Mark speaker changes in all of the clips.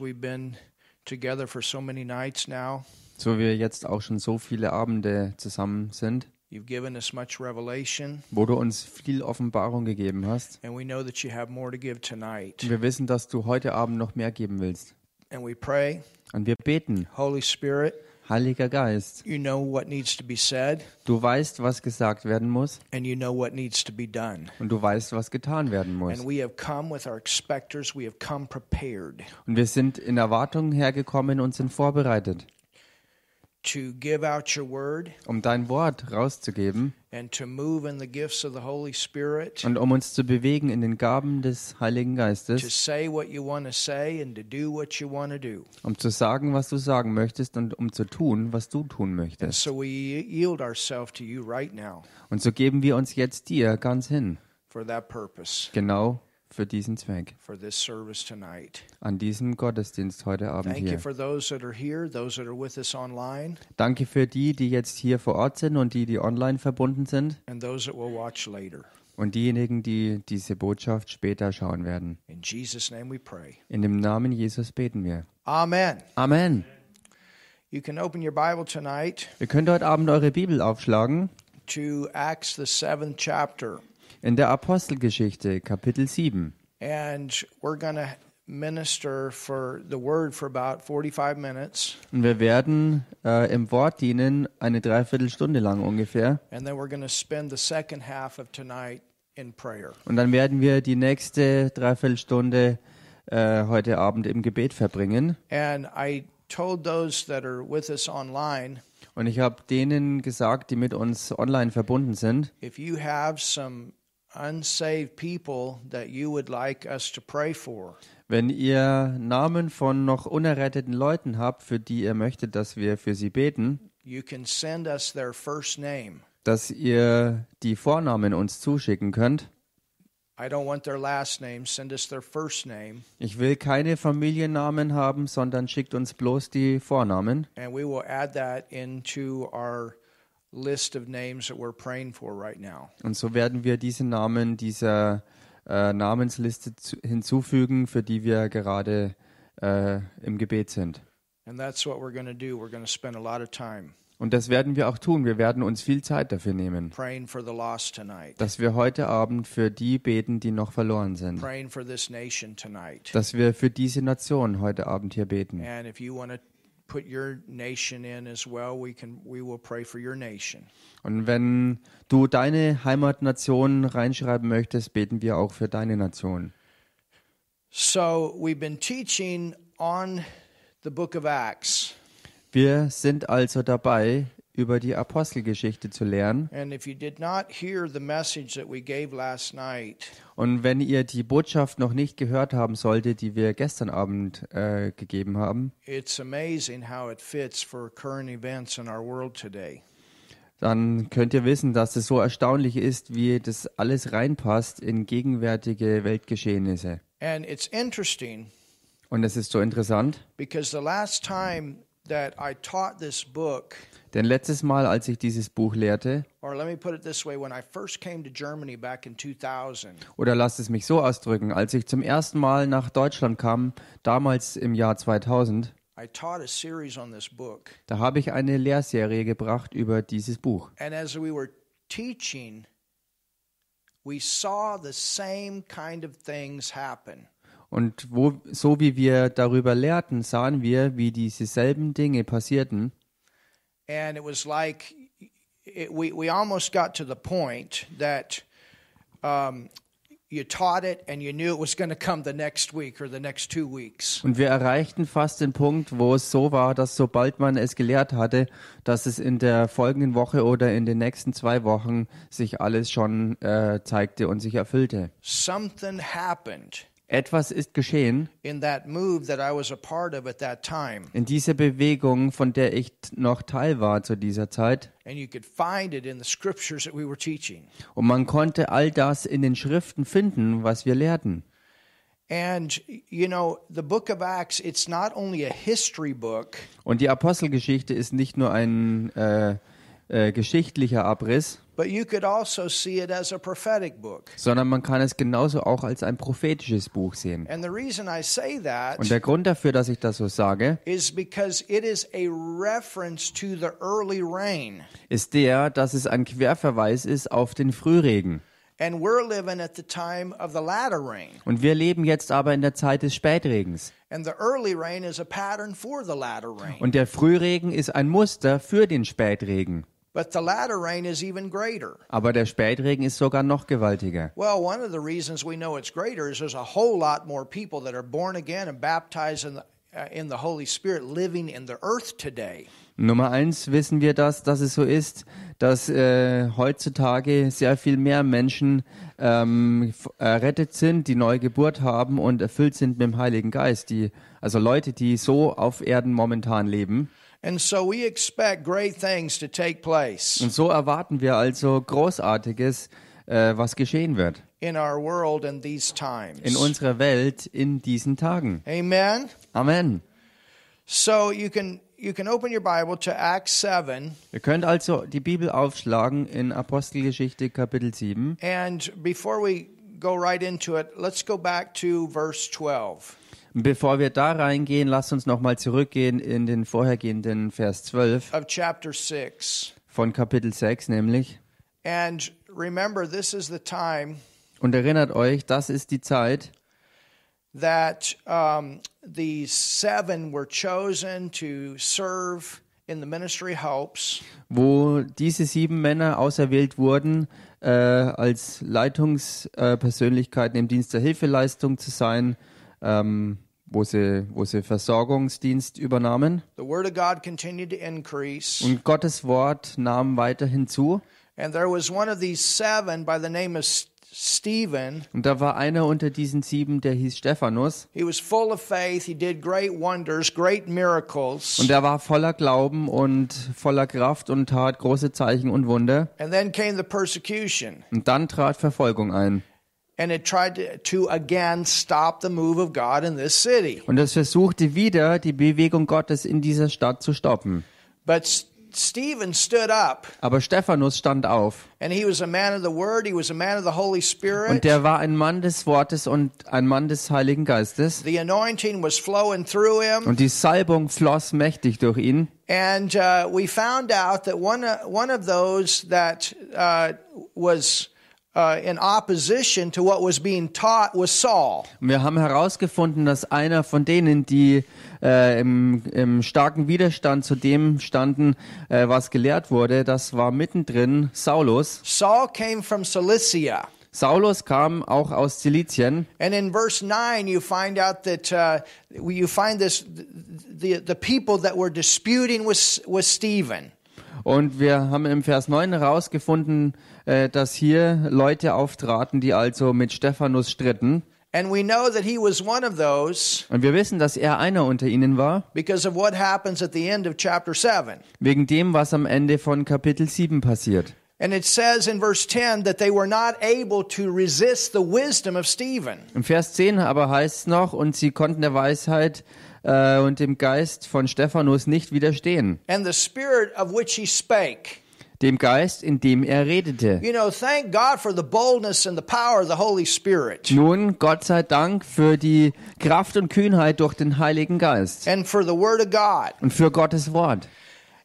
Speaker 1: We've been together for so many nights now.
Speaker 2: So wie wir jetzt auch schon so viele Abende zusammen sind,
Speaker 1: You've given us much revelation,
Speaker 2: wo du uns viel Offenbarung gegeben hast.
Speaker 1: and we know that you have more to give tonight.
Speaker 2: Und wir wissen, dass du heute Abend noch mehr geben willst.
Speaker 1: And we pray,
Speaker 2: Und wir beten,
Speaker 1: Holy Spirit,
Speaker 2: Heiliger Geist,
Speaker 1: you know what needs to be said,
Speaker 2: du weißt, was gesagt werden muss
Speaker 1: and you know what needs to be done.
Speaker 2: und du weißt, was getan werden muss.
Speaker 1: And we have come with our expectors, we have come prepared
Speaker 2: Und wir sind in Erwartungen hergekommen und sind vorbereitet,
Speaker 1: to give out your word
Speaker 2: um dein Wort rauszugeben
Speaker 1: and to move in the gifts of the Holy Spirit,
Speaker 2: und um uns zu bewegen in den Gaben des Heiligen
Speaker 1: to
Speaker 2: Geistes,
Speaker 1: say what you want to say and to do what you want to do.
Speaker 2: um zu sagen, was du sagen möchtest und um zu tun, was du tun
Speaker 1: And
Speaker 2: möchtest.
Speaker 1: so we yield ourselves to you right now
Speaker 2: Und so geben wir uns jetzt dir ganz hin,
Speaker 1: for that purpose,
Speaker 2: genau für diesen Zweck,
Speaker 1: for this service tonight.
Speaker 2: an diesem Gottesdienst heute Abend
Speaker 1: Thank you
Speaker 2: hier.
Speaker 1: for those that are here, those that are with us online,
Speaker 2: Danke für die, die jetzt hier vor Ort sind und die, die online verbunden sind
Speaker 1: and those that will watch later.
Speaker 2: und diejenigen, die diese Botschaft später schauen werden.
Speaker 1: In Jesus' name we pray.
Speaker 2: In dem Namen Jesus beten wir.
Speaker 1: Amen.
Speaker 2: Amen.
Speaker 1: You can open your Bible tonight
Speaker 2: Ihr könnt heute Abend eure Bibel aufschlagen
Speaker 1: to Acts, the seventh chapter,
Speaker 2: in der Apostelgeschichte, Kapitel 7.
Speaker 1: and we're going to minister for the word for about 45 minutes,
Speaker 2: Und wir werden äh, im Wort dienen, eine Dreiviertelstunde lang ungefähr.
Speaker 1: and then we're going to spend the second half of tonight in prayer.
Speaker 2: Und dann werden wir die nächste Dreiviertelstunde äh, heute Abend im Gebet verbringen.
Speaker 1: And I told those that are with us online
Speaker 2: Und ich habe denen gesagt, die mit uns online verbunden sind,
Speaker 1: if you have some unsaved people that you would like us to pray for,
Speaker 2: wenn ihr Namen von noch unerretteten Leuten habt, für die ihr möchtet, dass wir für sie beten,
Speaker 1: you can send us their first name.
Speaker 2: dass ihr die Vornamen uns zuschicken könnt.
Speaker 1: I don't want their last name. Send us their first name,
Speaker 2: Ich will keine Familiennamen haben, sondern schickt uns bloß die Vornamen.
Speaker 1: and we will add that into our list of names that we're praying for right now.
Speaker 2: Und so werden wir diese Namen dieser äh, Namensliste zu, hinzufügen, für die wir gerade äh, im Gebet sind.
Speaker 1: And that's what we're going to do. We're going to spend a lot of time
Speaker 2: Und das werden wir auch tun. Wir werden uns viel Zeit dafür nehmen,
Speaker 1: praying for the lost tonight,
Speaker 2: dass wir heute Abend für die beten, die noch verloren sind.
Speaker 1: praying for this nation tonight.
Speaker 2: Dass wir für diese Nation heute Abend hier beten.
Speaker 1: And if you want to put your nation in as well, we can we will pray for your nation.
Speaker 2: Und wenn du deine Heimatnation reinschreiben möchtest, beten wir auch für deine Nation.
Speaker 1: So we've been teaching on the book of Acts.
Speaker 2: Wir sind also dabei, über die Apostelgeschichte zu lernen.
Speaker 1: And if you did not hear the message that we gave last night,
Speaker 2: Und wenn ihr die Botschaft noch nicht gehört haben solltet, die wir gestern Abend äh, gegeben haben,
Speaker 1: it's amazing how it fits for current events in our world today.
Speaker 2: dann könnt ihr wissen, dass es so erstaunlich ist, wie das alles reinpasst in gegenwärtige Weltgeschehnisse.
Speaker 1: And it's interesting
Speaker 2: Und es ist so interessant,
Speaker 1: because the last time that I taught this book,
Speaker 2: denn letztes Mal, als ich dieses Buch lehrte,
Speaker 1: or let me put it this way, when I first came to Germany back in 2000,
Speaker 2: oder lasst es mich so ausdrücken, als ich zum ersten Mal nach Deutschland kam, damals im Jahr 2000,
Speaker 1: I taught a series on this book.
Speaker 2: da habe ich eine Lehrserie gebracht über dieses Buch.
Speaker 1: And as we were teaching, we saw the same kind of things happen.
Speaker 2: Und wo, so wie wir darüber lehrten, sahen wir, wie dieselben Dinge passierten.
Speaker 1: And it was like it, we, we almost got to the point that um, you taught it and you knew it was going to come the next week or the next two weeks.
Speaker 2: Und wir erreichten fast den Punkt, wo es so war, dass sobald man es gelehrt hatte, dass es in der folgenden Woche oder in den nächsten zwei Wochen sich alles schon äh, zeigte und sich erfüllte.
Speaker 1: Something happened
Speaker 2: Etwas ist geschehen
Speaker 1: in that move that I was a part of at that time.
Speaker 2: in dieser Bewegung, von der ich t- noch Teil war zu dieser Zeit.
Speaker 1: And you could find it in the scriptures that we were teaching.
Speaker 2: Und man konnte all das in den Schriften finden, was wir lehrten.
Speaker 1: And, you know, the book of Acts, it's not only a history book.
Speaker 2: Und die Apostelgeschichte ist nicht nur ein äh, äh, geschichtlicher Abriss,
Speaker 1: But you could also see it as a prophetic book.
Speaker 2: sondern man kann es genauso auch als ein prophetisches Buch sehen.
Speaker 1: And the reason I say that
Speaker 2: Und
Speaker 1: is
Speaker 2: der Grund dafür, dass ich das so sage,
Speaker 1: because it is a reference to the early rain.
Speaker 2: ist der, dass es ein Querverweis ist auf den Frühregen.
Speaker 1: And we're living at the time of the latter rain.
Speaker 2: Und wir leben jetzt aber in der Zeit des Spätregens.
Speaker 1: And the early rain is a pattern for the latter rain.
Speaker 2: Und der Frühregen ist ein Muster für den Spätregen.
Speaker 1: But the latter rain is even greater.
Speaker 2: Aber der Spätregen ist sogar noch gewaltiger.
Speaker 1: Well, one of the reasons we know it's greater is there's a whole lot more people that are born again and baptized in the, uh, in the Holy Spirit living in the earth today.
Speaker 2: Nummer eins wissen wir das, dass es so ist, dass äh, heutzutage sehr viel mehr Menschen ähm, f- errettet sind, die neue Geburt haben und erfüllt sind mit dem Heiligen Geist. Die, also Leute, die so auf Erden momentan leben.
Speaker 1: And so we expect great things to take place
Speaker 2: Und so erwarten wir also Großartiges, äh, was geschehen wird
Speaker 1: in our world in these times.
Speaker 2: in unserer Welt in diesen Tagen.
Speaker 1: Amen.
Speaker 2: Amen.
Speaker 1: So you can you can open your Bible to Acts 7
Speaker 2: Ihr könnt also die Bibel aufschlagen in Apostelgeschichte Kapitel 7.
Speaker 1: and before we go right into it, let's go back to verse 12.
Speaker 2: Bevor wir da reingehen, lasst uns nochmal zurückgehen in den vorhergehenden Vers 12
Speaker 1: of chapter 6.
Speaker 2: von Kapitel 6 nämlich.
Speaker 1: And remember, this is the time
Speaker 2: Und erinnert euch, das ist die Zeit,
Speaker 1: that um, the seven were chosen to serve in the ministry helps.
Speaker 2: wo diese sieben Männer auserwählt wurden, äh, als Leitungspersönlichkeiten äh, Persönlichkeiten im Dienst der Hilfeleistung zu sein, ähm, wo, sie, wo sie Versorgungsdienst übernahmen.
Speaker 1: The word of God continued to increase.
Speaker 2: Und Gottes Wort nahm weiterhin zu.
Speaker 1: And there was one of these seven by the name of S- Stephen.
Speaker 2: Und da war einer unter diesen sieben, der hieß Stephanus.
Speaker 1: He was full of faith. He did great wonders, great miracles.
Speaker 2: Und er war voller Glauben und voller Kraft und tat große Zeichen und Wunder.
Speaker 1: And then came the persecution.
Speaker 2: Und dann trat Verfolgung ein.
Speaker 1: And it tried to, to again stop the move of God in this city.
Speaker 2: Und es versuchte wieder, die Bewegung Gottes in dieser Stadt zu stoppen.
Speaker 1: But S- Stephen stood up.
Speaker 2: Aber Stephanus stand auf.
Speaker 1: And he was a man of the Word. He was a man of the Holy Spirit.
Speaker 2: Und der war ein Mann des Wortes und ein Mann des Heiligen Geistes.
Speaker 1: the anointing was flowing through him.
Speaker 2: Und die Salbung floss mächtig durch ihn.
Speaker 1: And uh, we found out that one, uh, one of those that uh, was uh, in opposition to what was being taught was Saul.
Speaker 2: Und wir haben herausgefunden, dass einer von denen, die äh, im, im starken Widerstand zu dem standen, äh, was gelehrt wurde, das war mittendrin Saulus.
Speaker 1: Saul came from Cilicia.
Speaker 2: Saulus kam auch aus Silizien.
Speaker 1: And in verse 9, you find out that uh, you find this the, the people that were disputing with, with Stephen.
Speaker 2: Und wir haben im Vers 9 herausgefunden, äh, dass hier Leute auftraten, die also mit Stephanus stritten.
Speaker 1: And we know that he was one of those
Speaker 2: Und wir wissen, dass er einer unter ihnen war,
Speaker 1: because of what happens at the end of chapter 7.
Speaker 2: wegen dem, was am Ende von Kapitel 7 passiert.
Speaker 1: And it says in verse 10 that they were not able to resist the wisdom of Stephen.
Speaker 2: Im Vers 10 aber heißt es noch, und sie konnten der Weisheit äh, und dem Geist von Stephanus nicht widerstehen.
Speaker 1: And the spirit of which he spake.
Speaker 2: Dem Geist, in dem er redete.
Speaker 1: You know, thank God for the boldness and the power of the Holy Spirit
Speaker 2: Nun, Gott sei Dank für die Kraft und Kühnheit durch den Heiligen Geist
Speaker 1: and for the Word of God.
Speaker 2: und für Gottes Wort.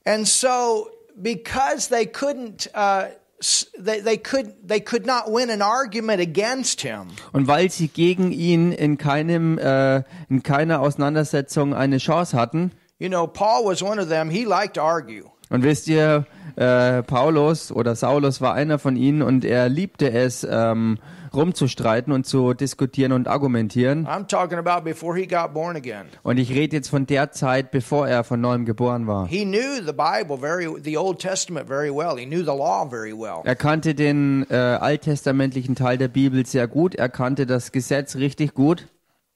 Speaker 1: And so, because they couldn't, uh, s- they, they, could, they could not win an argument against him,
Speaker 2: Und weil sie gegen ihn in, keinem, äh, in keiner Auseinandersetzung eine Chance hatten,
Speaker 1: you know, Paul was one of them. He liked to argue.
Speaker 2: und wisst ihr, äh, Paulus oder Saulus war einer von ihnen und er liebte es, ähm, rumzustreiten und zu diskutieren und argumentieren.
Speaker 1: I'm talking about before he got born again.
Speaker 2: Und ich rede jetzt von der Zeit, bevor er von neuem geboren war.
Speaker 1: He knew the Bible very, the Old Testament very well. He knew the law very well.
Speaker 2: Er kannte den äh, alttestamentlichen Teil der Bibel sehr gut, er kannte das Gesetz richtig gut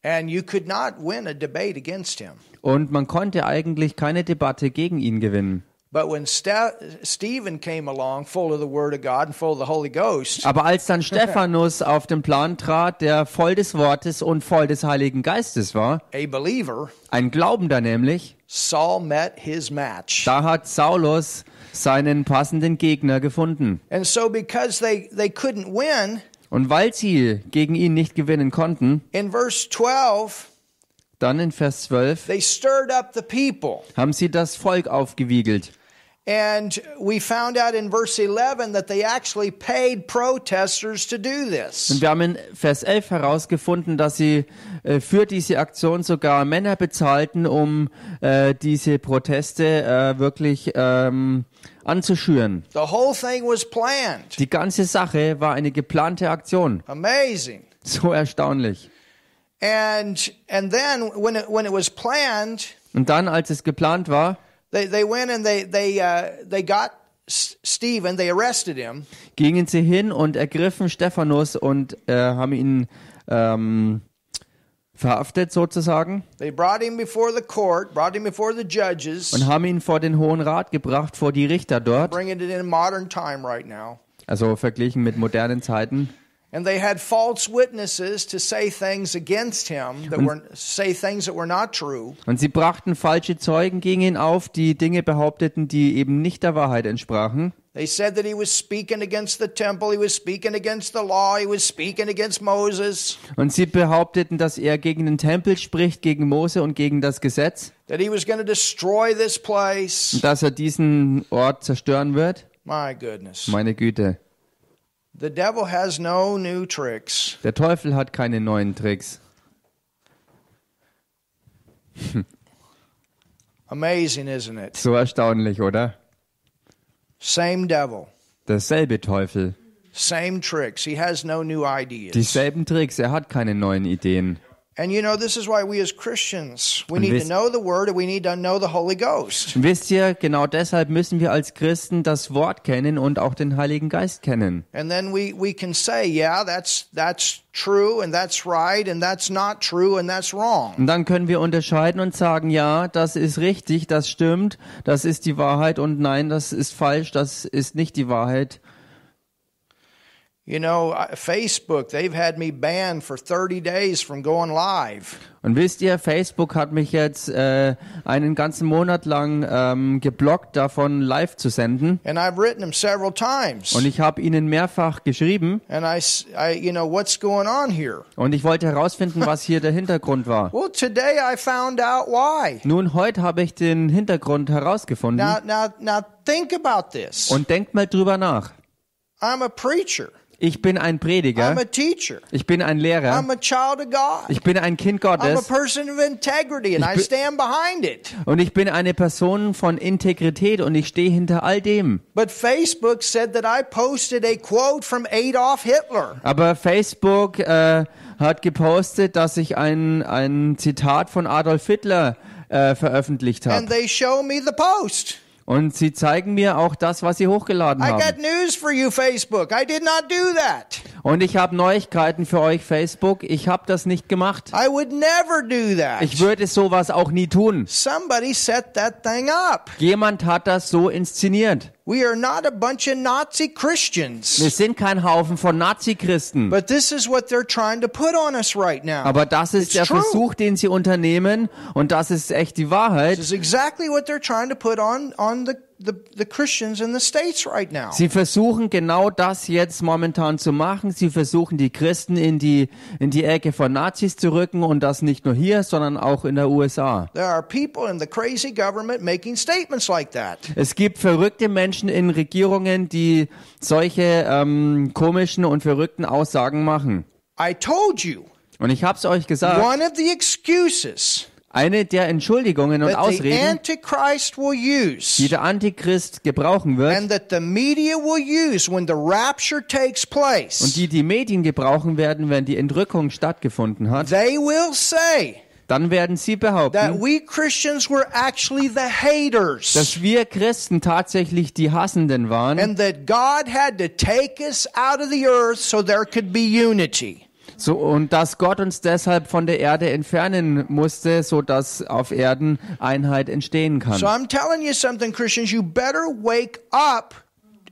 Speaker 1: And you could not win a debate against him.
Speaker 2: und man konnte eigentlich keine Debatte gegen ihn gewinnen.
Speaker 1: But when Ste Stephen came along, full of the Word of God and full of the Holy Ghost,
Speaker 2: Aber als dann Stephanus auf den Plan trat, der voll des Wortes und voll des Heiligen Geistes war,
Speaker 1: a believer,
Speaker 2: ein Glaubender nämlich,
Speaker 1: Saul met his match.
Speaker 2: da hat Saulus seinen passenden Gegner gefunden.
Speaker 1: And so, because they, they couldn't win,
Speaker 2: Und weil sie gegen ihn nicht gewinnen konnten,
Speaker 1: in verse 12,
Speaker 2: dann in Vers 12
Speaker 1: they stirred up the people.
Speaker 2: haben sie das Volk aufgewiegelt.
Speaker 1: And we found out in verse 11 that they actually paid protesters to do
Speaker 2: Und
Speaker 1: this.
Speaker 2: wir haben in Vers 11 herausgefunden, dass sie äh, für diese Aktion sogar Männer bezahlten, um äh, diese Proteste äh, wirklich ähm, anzuschüren.
Speaker 1: The whole thing was planned.
Speaker 2: Die ganze Sache war eine geplante Aktion.
Speaker 1: Amazing.
Speaker 2: So erstaunlich.
Speaker 1: And and then when it, when it was planned,
Speaker 2: Und dann, als es geplant war,
Speaker 1: they, they went and they they uh, they got S- Stephen. They arrested him,
Speaker 2: gingen sie hin und ergriffen Stephanus und äh, haben ihn ähm, verhaftet sozusagen
Speaker 1: They brought him before the court, brought him before the judges,
Speaker 2: und haben ihn vor den Hohen Rat gebracht, vor die Richter dort,
Speaker 1: bringing it in modern time right now.
Speaker 2: also verglichen mit modernen Zeiten.
Speaker 1: And they had false witnesses to say things against him that were say things that were not true.
Speaker 2: Und sie brachten falsche Zeugen gegen ihn auf, die Dinge behaupteten, die eben nicht der Wahrheit entsprachen.
Speaker 1: They said that he was speaking against the temple, he was speaking against the law, he was speaking against Moses,
Speaker 2: Und sie behaupteten, dass er gegen den Tempel spricht, gegen Mose und gegen das Gesetz,
Speaker 1: that he was going to destroy this place.
Speaker 2: und dass er diesen Ort zerstören wird.
Speaker 1: My goodness.
Speaker 2: Meine Güte,
Speaker 1: The devil has no new tricks.
Speaker 2: der Teufel hat keine neuen Tricks.
Speaker 1: Amazing, isn't it?
Speaker 2: So erstaunlich, oder?
Speaker 1: Same devil,
Speaker 2: Derselbe Teufel,
Speaker 1: same tricks. He has no new ideas.
Speaker 2: dieselben Tricks, er hat keine neuen Ideen.
Speaker 1: And you know, this is why we as Christians, we
Speaker 2: Und
Speaker 1: need
Speaker 2: wisst-
Speaker 1: to know the Word and we need to know the Holy Ghost.
Speaker 2: Und wisst ihr, genau deshalb müssen wir als Christen das Wort kennen und auch den Heiligen Geist kennen.
Speaker 1: And then we, we can say, yeah, that's, that's true and that's right and that's not true and that's wrong.
Speaker 2: Und dann können wir unterscheiden und sagen, ja, das ist richtig, das stimmt, das ist die Wahrheit und nein, das ist falsch, das ist nicht die Wahrheit.
Speaker 1: You know, I- Facebook, they've had me banned for 30 days from going live.
Speaker 2: Und wisst ihr, Facebook hat mich jetzt äh, einen ganzen Monat lang ähm, geblockt, davon live zu senden.
Speaker 1: And I've written them several times.
Speaker 2: Und ich habe ihnen mehrfach geschrieben
Speaker 1: And I, s- I- you know, what's going on here?
Speaker 2: und ich wollte herausfinden, was hier der Hintergrund war.
Speaker 1: Well, today I found out why.
Speaker 2: Nun, heute habe ich den Hintergrund herausgefunden
Speaker 1: Now, now, now think about this.
Speaker 2: und denkt mal drüber nach.
Speaker 1: I'm a preacher.
Speaker 2: Ich bin ein
Speaker 1: I'm
Speaker 2: Prediger,
Speaker 1: a teacher.
Speaker 2: ich bin ein Lehrer,
Speaker 1: I'm a child of God.
Speaker 2: ich bin ein Kind
Speaker 1: I'm a
Speaker 2: Gottes.
Speaker 1: person of integrity and I
Speaker 2: bin-
Speaker 1: stand behind it.
Speaker 2: Und ich bin eine Person von Integrität und ich stehe hinter all dem.
Speaker 1: But Facebook said that I posted a quote from Adolf Hitler.
Speaker 2: Aber Facebook äh, hat gepostet, dass ich ein, ein Zitat von Adolf Hitler äh, veröffentlicht
Speaker 1: And
Speaker 2: habe.
Speaker 1: they show me the post.
Speaker 2: Und sie zeigen mir auch das, was sie hochgeladen
Speaker 1: I got
Speaker 2: haben.
Speaker 1: news for you, Facebook. I did not do that.
Speaker 2: Und ich habe Neuigkeiten für euch, Facebook. Ich habe das nicht gemacht.
Speaker 1: I would never do that.
Speaker 2: Ich würde sowas auch nie tun.
Speaker 1: Somebody set that thing up.
Speaker 2: Jemand hat das so inszeniert.
Speaker 1: We are not a bunch of Nazi
Speaker 2: Wir
Speaker 1: Christians.
Speaker 2: sind kein Haufen von Nazi-Christen.
Speaker 1: But this is what they're trying to put on us right now.
Speaker 2: Aber das ist
Speaker 1: It's
Speaker 2: der
Speaker 1: true.
Speaker 2: Versuch, den sie unternehmen. Und das ist echt die Wahrheit.
Speaker 1: This is exactly what they're trying to put on, on the, the, the Christians in the States right now.
Speaker 2: Sie versuchen genau das jetzt momentan zu machen. Sie versuchen die Christen in die, in die Ecke von Nazis zu rücken und das nicht nur hier, sondern auch in der USA.
Speaker 1: There are people in the crazy government making statements like that.
Speaker 2: Es gibt verrückte Menschen in Regierungen, die solche ähm, komischen und verrückten Aussagen machen.
Speaker 1: I told you,
Speaker 2: Und ich hab's euch gesagt,
Speaker 1: one of the excuses
Speaker 2: eine der Entschuldigungen und
Speaker 1: that the
Speaker 2: Ausreden,
Speaker 1: Antichrist will
Speaker 2: die
Speaker 1: use
Speaker 2: der Antichrist gebrauchen wird
Speaker 1: and that the media will use when the rapture takes
Speaker 2: und
Speaker 1: place,
Speaker 2: die die Medien gebrauchen werden, wenn die Entrückung stattgefunden hat,
Speaker 1: they will say
Speaker 2: dann werden sie behaupten,
Speaker 1: that we Christians were actually the haters
Speaker 2: dass wir Christen tatsächlich die Hassenden waren,
Speaker 1: and that God had to take us out of the earth so there could be unity.
Speaker 2: so, und dass Gott uns deshalb von der Erde entfernen musste, so dass auf Erden Einheit entstehen kann.
Speaker 1: So I'm telling you something, Christians, you better wake up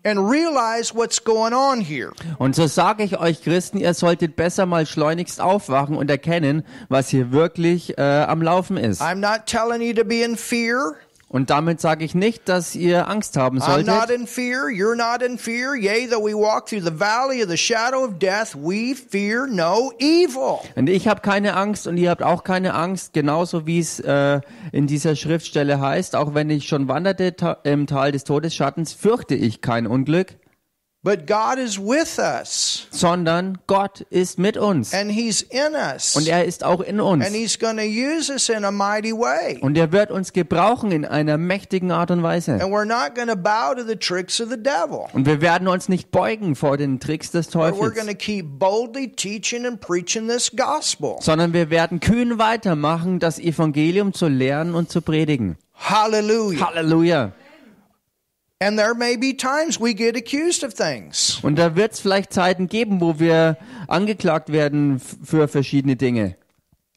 Speaker 1: and realize what's going on here.
Speaker 2: Und so sage ich euch Christen, ihr solltet besser mal schleunigst aufwachen und erkennen, was hier wirklich äh, am Laufen ist.
Speaker 1: I'm not telling you to be in fear.
Speaker 2: Und damit sage ich nicht, dass ihr Angst haben
Speaker 1: I'm not
Speaker 2: solltet.
Speaker 1: in fear. You're not in fear. Yea, though we walk through the valley of the shadow of death, we fear no evil.
Speaker 2: Und ich habe keine Angst und ihr habt auch keine Angst, genauso wie es äh, in dieser Schriftstelle heißt, auch wenn ich schon wanderte ta im Tal des Todesschattens, fürchte ich kein Unglück,
Speaker 1: But God is with us,
Speaker 2: sondern Gott ist mit uns.
Speaker 1: and He's in us,
Speaker 2: Und er ist auch in uns.
Speaker 1: and He's going to use us in a mighty way.
Speaker 2: Und er wird uns gebrauchen in einer mächtigen Art und Weise.
Speaker 1: And we're not going to bow to the tricks of the devil.
Speaker 2: Und wir werden uns nicht beugen vor den Tricks des
Speaker 1: But we're going
Speaker 2: Teufels,
Speaker 1: to keep boldly teaching and preaching this gospel.
Speaker 2: sondern wir werden kühn weitermachen, das Evangelium zu lernen und zu predigen.
Speaker 1: Hallelujah.
Speaker 2: Halleluja.
Speaker 1: And there may be times we get accused of things.
Speaker 2: Und da wird es vielleicht Zeiten geben, wo wir angeklagt werden f- für verschiedene Dinge.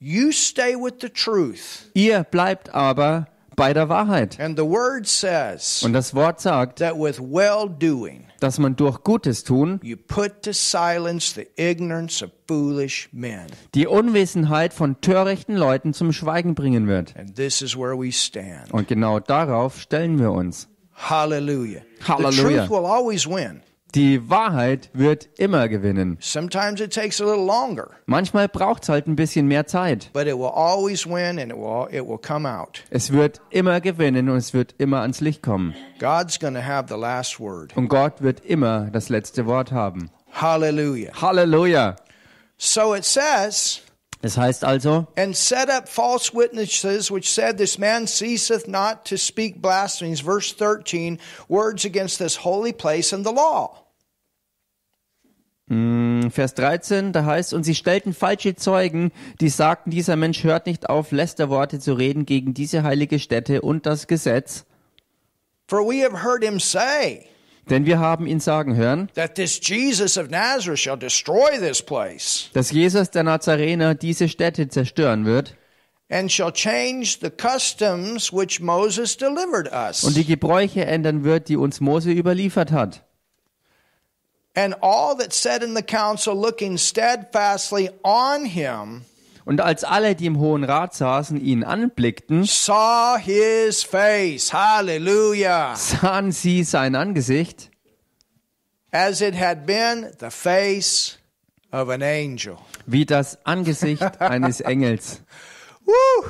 Speaker 1: You stay with the truth.
Speaker 2: Ihr bleibt aber bei der Wahrheit.
Speaker 1: And the word says
Speaker 2: Und das Wort sagt,
Speaker 1: that with well doing,
Speaker 2: dass man durch Gutes tun
Speaker 1: you put to silence the ignorance of foolish men.
Speaker 2: die Unwissenheit von törichten Leuten zum Schweigen bringen wird.
Speaker 1: And this is where we stand.
Speaker 2: Und genau darauf stellen wir uns.
Speaker 1: Hallelujah. The
Speaker 2: Hallelujah.
Speaker 1: truth will always win.
Speaker 2: Die Wahrheit wird immer gewinnen.
Speaker 1: Sometimes it takes a little longer,
Speaker 2: Manchmal braucht es halt ein bisschen mehr Zeit.
Speaker 1: but it will always win and it will, it will come out.
Speaker 2: Es wird immer gewinnen und es wird immer ans Licht kommen.
Speaker 1: God's going to have the last word.
Speaker 2: Und Gott wird immer das letzte Wort haben.
Speaker 1: Hallelujah.
Speaker 2: Halleluja.
Speaker 1: So it says,
Speaker 2: Das heißt also,
Speaker 1: and set up false witnesses, which said, This man ceaseth not to speak blasphemies. Verse 13, words against this holy place and the law.
Speaker 2: Mm, Vers 13, da heißt, und sie stellten falsche Zeugen, die sagten, dieser Mensch hört nicht auf, Lästerworte zu reden gegen diese heilige Stätte und das Gesetz.
Speaker 1: For we have heard him say
Speaker 2: Denn wir haben ihn sagen hören,
Speaker 1: that this Jesus of Nazareth shall destroy this place
Speaker 2: dass Jesus der Nazarener diese Stätte zerstören wird
Speaker 1: and shall change the customs which Moses delivered us.
Speaker 2: und die Gebräuche ändern wird, die uns Mose überliefert hat.
Speaker 1: And all that said in the council, looking steadfastly on him,
Speaker 2: Und als alle, die im Hohen Rat saßen, ihn anblickten,
Speaker 1: saw his face. Hallelujah.
Speaker 2: sahen sie sein Angesicht,
Speaker 1: As it had been the face of an angel.
Speaker 2: wie das Angesicht eines Engels.
Speaker 1: Woo!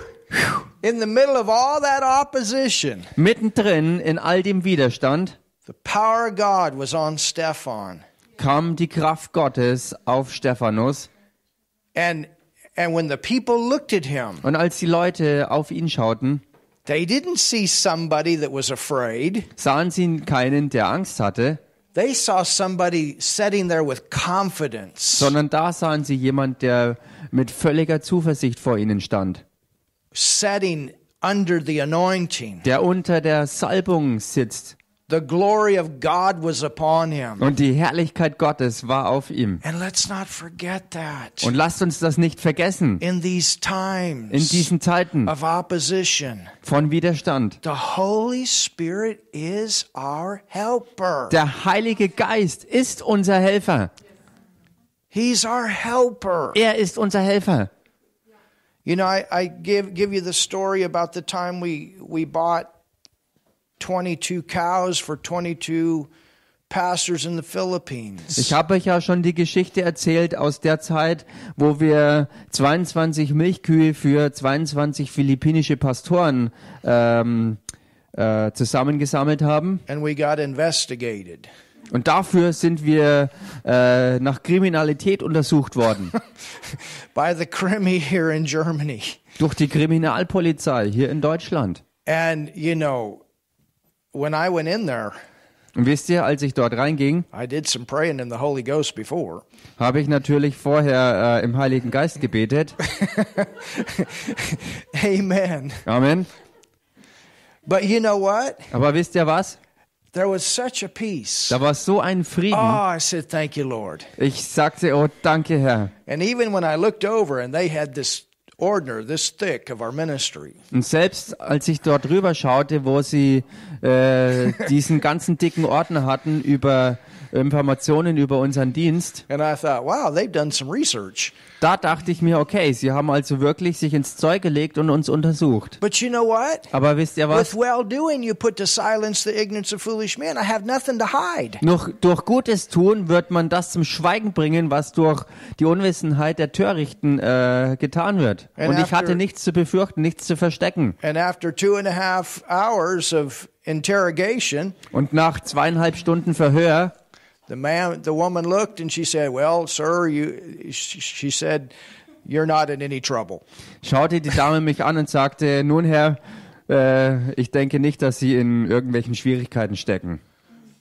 Speaker 1: In the middle of all that opposition,
Speaker 2: Mittendrin in all dem Widerstand
Speaker 1: the power of God was on Stephan.
Speaker 2: kam die Kraft Gottes auf Stephanus.
Speaker 1: And and when the people looked at him,
Speaker 2: Und als die Leute auf ihn schauten,
Speaker 1: they didn't see somebody that was afraid.
Speaker 2: sahen sie keinen, der Angst hatte,
Speaker 1: They saw somebody sitting there with confidence,
Speaker 2: sondern da sahen sie jemand, der mit völliger Zuversicht vor ihnen stand,
Speaker 1: sitting under the anointing.
Speaker 2: der unter der Salbung sitzt.
Speaker 1: The glory of God was upon him.
Speaker 2: Und die Herrlichkeit Gottes war auf ihm.
Speaker 1: And let's not forget that.
Speaker 2: Und lasst uns das nicht vergessen.
Speaker 1: In these
Speaker 2: In
Speaker 1: times
Speaker 2: diesen Zeiten
Speaker 1: of opposition,
Speaker 2: von Widerstand.
Speaker 1: the Holy Spirit is our helper.
Speaker 2: Der Heilige Geist ist unser Helfer.
Speaker 1: He's our helper.
Speaker 2: Er ist unser Helfer.
Speaker 1: You know, I, I give give you the story about the time we we bought twenty two cows for twenty two pastors in the Philippines.
Speaker 2: Ich habe euch ja schon die Geschichte erzählt aus der Zeit, wo wir 22 Milchkühe für 22 philippinische Pastoren ähm, äh, zusammengesammelt haben.
Speaker 1: And we got investigated.
Speaker 2: Und dafür sind wir äh, nach Kriminalität untersucht worden.
Speaker 1: By the Krimi here in Germany.
Speaker 2: durch die Kriminalpolizei hier in Deutschland.
Speaker 1: And you know, when I went in there,
Speaker 2: Und wisst ihr, als ich dort reinging,
Speaker 1: I did some praying in the Holy Ghost before.
Speaker 2: habe ich natürlich vorher äh, im Heiligen Geist gebetet.
Speaker 1: Amen.
Speaker 2: Amen.
Speaker 1: But you know what?
Speaker 2: Aber wisst ihr was?
Speaker 1: There was such a peace.
Speaker 2: Da war so ein
Speaker 1: Oh,
Speaker 2: Frieden.
Speaker 1: I said, thank you, Lord.
Speaker 2: Ich sagte, oh danke Herr.
Speaker 1: And even when I looked over and they had this
Speaker 2: Und selbst als ich dort rüber schaute, wo sie äh, diesen ganzen dicken Ordner hatten über Informationen über unseren Dienst,
Speaker 1: And I thought, wow, they've done some research.
Speaker 2: da dachte ich mir, okay, sie haben also wirklich sich ins Zeug gelegt und uns untersucht.
Speaker 1: But you know what?
Speaker 2: Aber wisst ihr
Speaker 1: With
Speaker 2: was?
Speaker 1: well doing, you put to silence the ignorance of foolish men. I have nothing to hide.
Speaker 2: Noch, durch gutes Tun wird man das zum Schweigen bringen, was durch die Unwissenheit der Törichten äh, getan wird.
Speaker 1: And
Speaker 2: Und ich
Speaker 1: after-
Speaker 2: hatte nichts zu befürchten, nichts zu verstecken.
Speaker 1: And after two and a half hours of interrogation,
Speaker 2: Und nach zweieinhalb Stunden Verhör
Speaker 1: the man, the woman looked and she said, "Well, sir, you," she she said, "You're not in any trouble."
Speaker 2: schaute die Dame mich an und sagte, nun Herr, äh, ich denke nicht, dass Sie in irgendwelchen Schwierigkeiten stecken.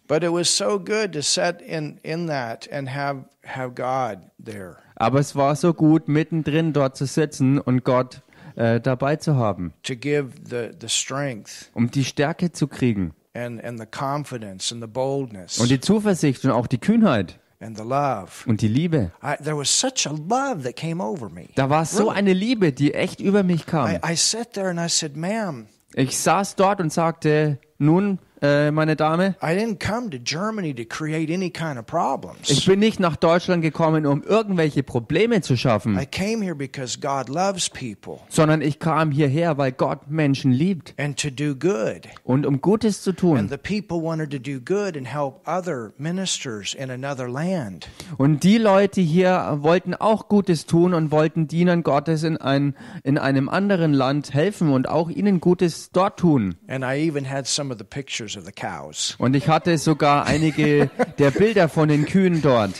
Speaker 1: But it was so good to set in in that and have have God there
Speaker 2: Aber es war so gut, mittendrin dort zu sitzen und Gott äh, dabei zu haben,
Speaker 1: to give the the strength
Speaker 2: um die Stärke zu kriegen
Speaker 1: and and the confidence and the boldness
Speaker 2: und die Zuversicht und auch die Kühnheit
Speaker 1: and the love.
Speaker 2: und die Liebe.
Speaker 1: I, there was such a love that came over me.
Speaker 2: Da war so eine Liebe, die echt über mich
Speaker 1: I,
Speaker 2: kam.
Speaker 1: I sat there and I said, "Ma'am,
Speaker 2: Ich saß dort und sagte, nun, äh, meine Dame,
Speaker 1: I didn't come to Germany to create any kind of problems."
Speaker 2: ich bin nicht nach Deutschland gekommen, um irgendwelche Probleme zu schaffen,
Speaker 1: I came here because God loves people
Speaker 2: sondern ich kam hierher, weil Gott Menschen liebt
Speaker 1: and to do good.
Speaker 2: und um Gutes zu tun.
Speaker 1: And the people wanted to do good and help other ministers in another land.
Speaker 2: Und die Leute hier wollten auch Gutes tun und wollten Dienern Gottes in, ein, in einem anderen Land helfen und auch ihnen Gutes dort tun.
Speaker 1: And I even had some of the pictures of the cows.
Speaker 2: Und ich hatte sogar einige der Bilder von den Kühen dort.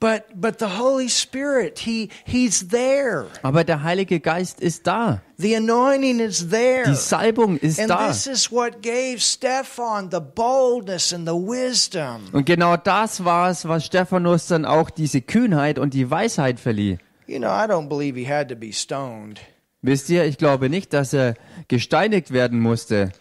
Speaker 1: But but the Holy Spirit, he he's there.
Speaker 2: Aber der Heilige Geist ist da.
Speaker 1: The anointing is there.
Speaker 2: Die Salbung ist
Speaker 1: and
Speaker 2: da.
Speaker 1: this is what gave Stefan the boldness and the wisdom.
Speaker 2: Und genau das war es, was Stephanus dann auch diese Kühnheit und die Weisheit verlieh.
Speaker 1: You know, I don't believe he had to be stoned.
Speaker 2: Wisst ihr, ich glaube nicht, dass er gesteinigt werden musste.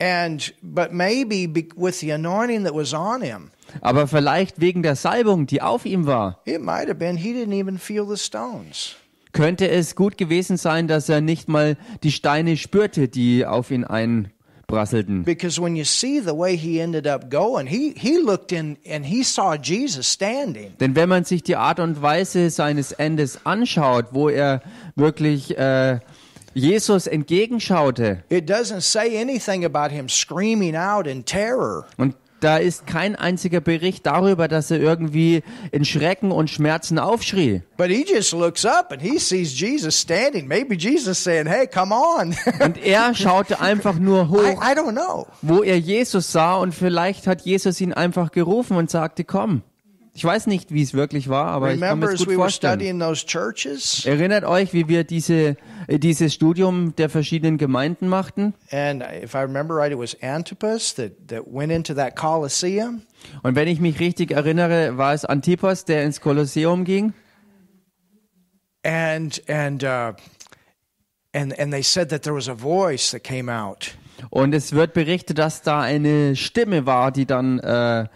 Speaker 1: And but maybe be, with the anointing that was on him,
Speaker 2: Aber vielleicht wegen der Salbung, die auf ihm war.
Speaker 1: It might have been he didn't even feel the stones.
Speaker 2: könnte es gut gewesen sein, dass er nicht mal die Steine spürte, die auf ihn einprasselten.
Speaker 1: Because when you see the way he ended up going, he, he looked in and he saw Jesus standing.
Speaker 2: Denn wenn man sich die Art und Weise seines Endes anschaut, wo er wirklich äh, Jesus entgegenschaute,
Speaker 1: It doesn't say anything about him screaming out in terror.
Speaker 2: und da ist kein einziger Bericht darüber, dass er irgendwie in Schrecken und Schmerzen aufschrie.
Speaker 1: But he just looks up and he sees Jesus standing. Maybe Jesus saying, Hey, come on.
Speaker 2: Und er schaute einfach nur
Speaker 1: I,
Speaker 2: hoch,
Speaker 1: I don't know.
Speaker 2: wo er Jesus sah, und vielleicht hat Jesus ihn einfach gerufen und sagte, komm. Ich weiß nicht, wie es wirklich war, aber ich kann mir
Speaker 1: Remember, as
Speaker 2: es gut
Speaker 1: we were
Speaker 2: vorstellen.
Speaker 1: studying those churches,
Speaker 2: Erinnert euch, wie wir diese, äh, dieses Studium der verschiedenen Gemeinden machten?
Speaker 1: and if I remember right, it was Antipas that, that went into that Colosseum.
Speaker 2: Und wenn ich mich richtig erinnere, war es Antipas, der ins Kolosseum ging.
Speaker 1: and and uh, and and they said that there was a voice that came out
Speaker 2: Und es wird berichtet, dass da eine Stimme war, die dann äh,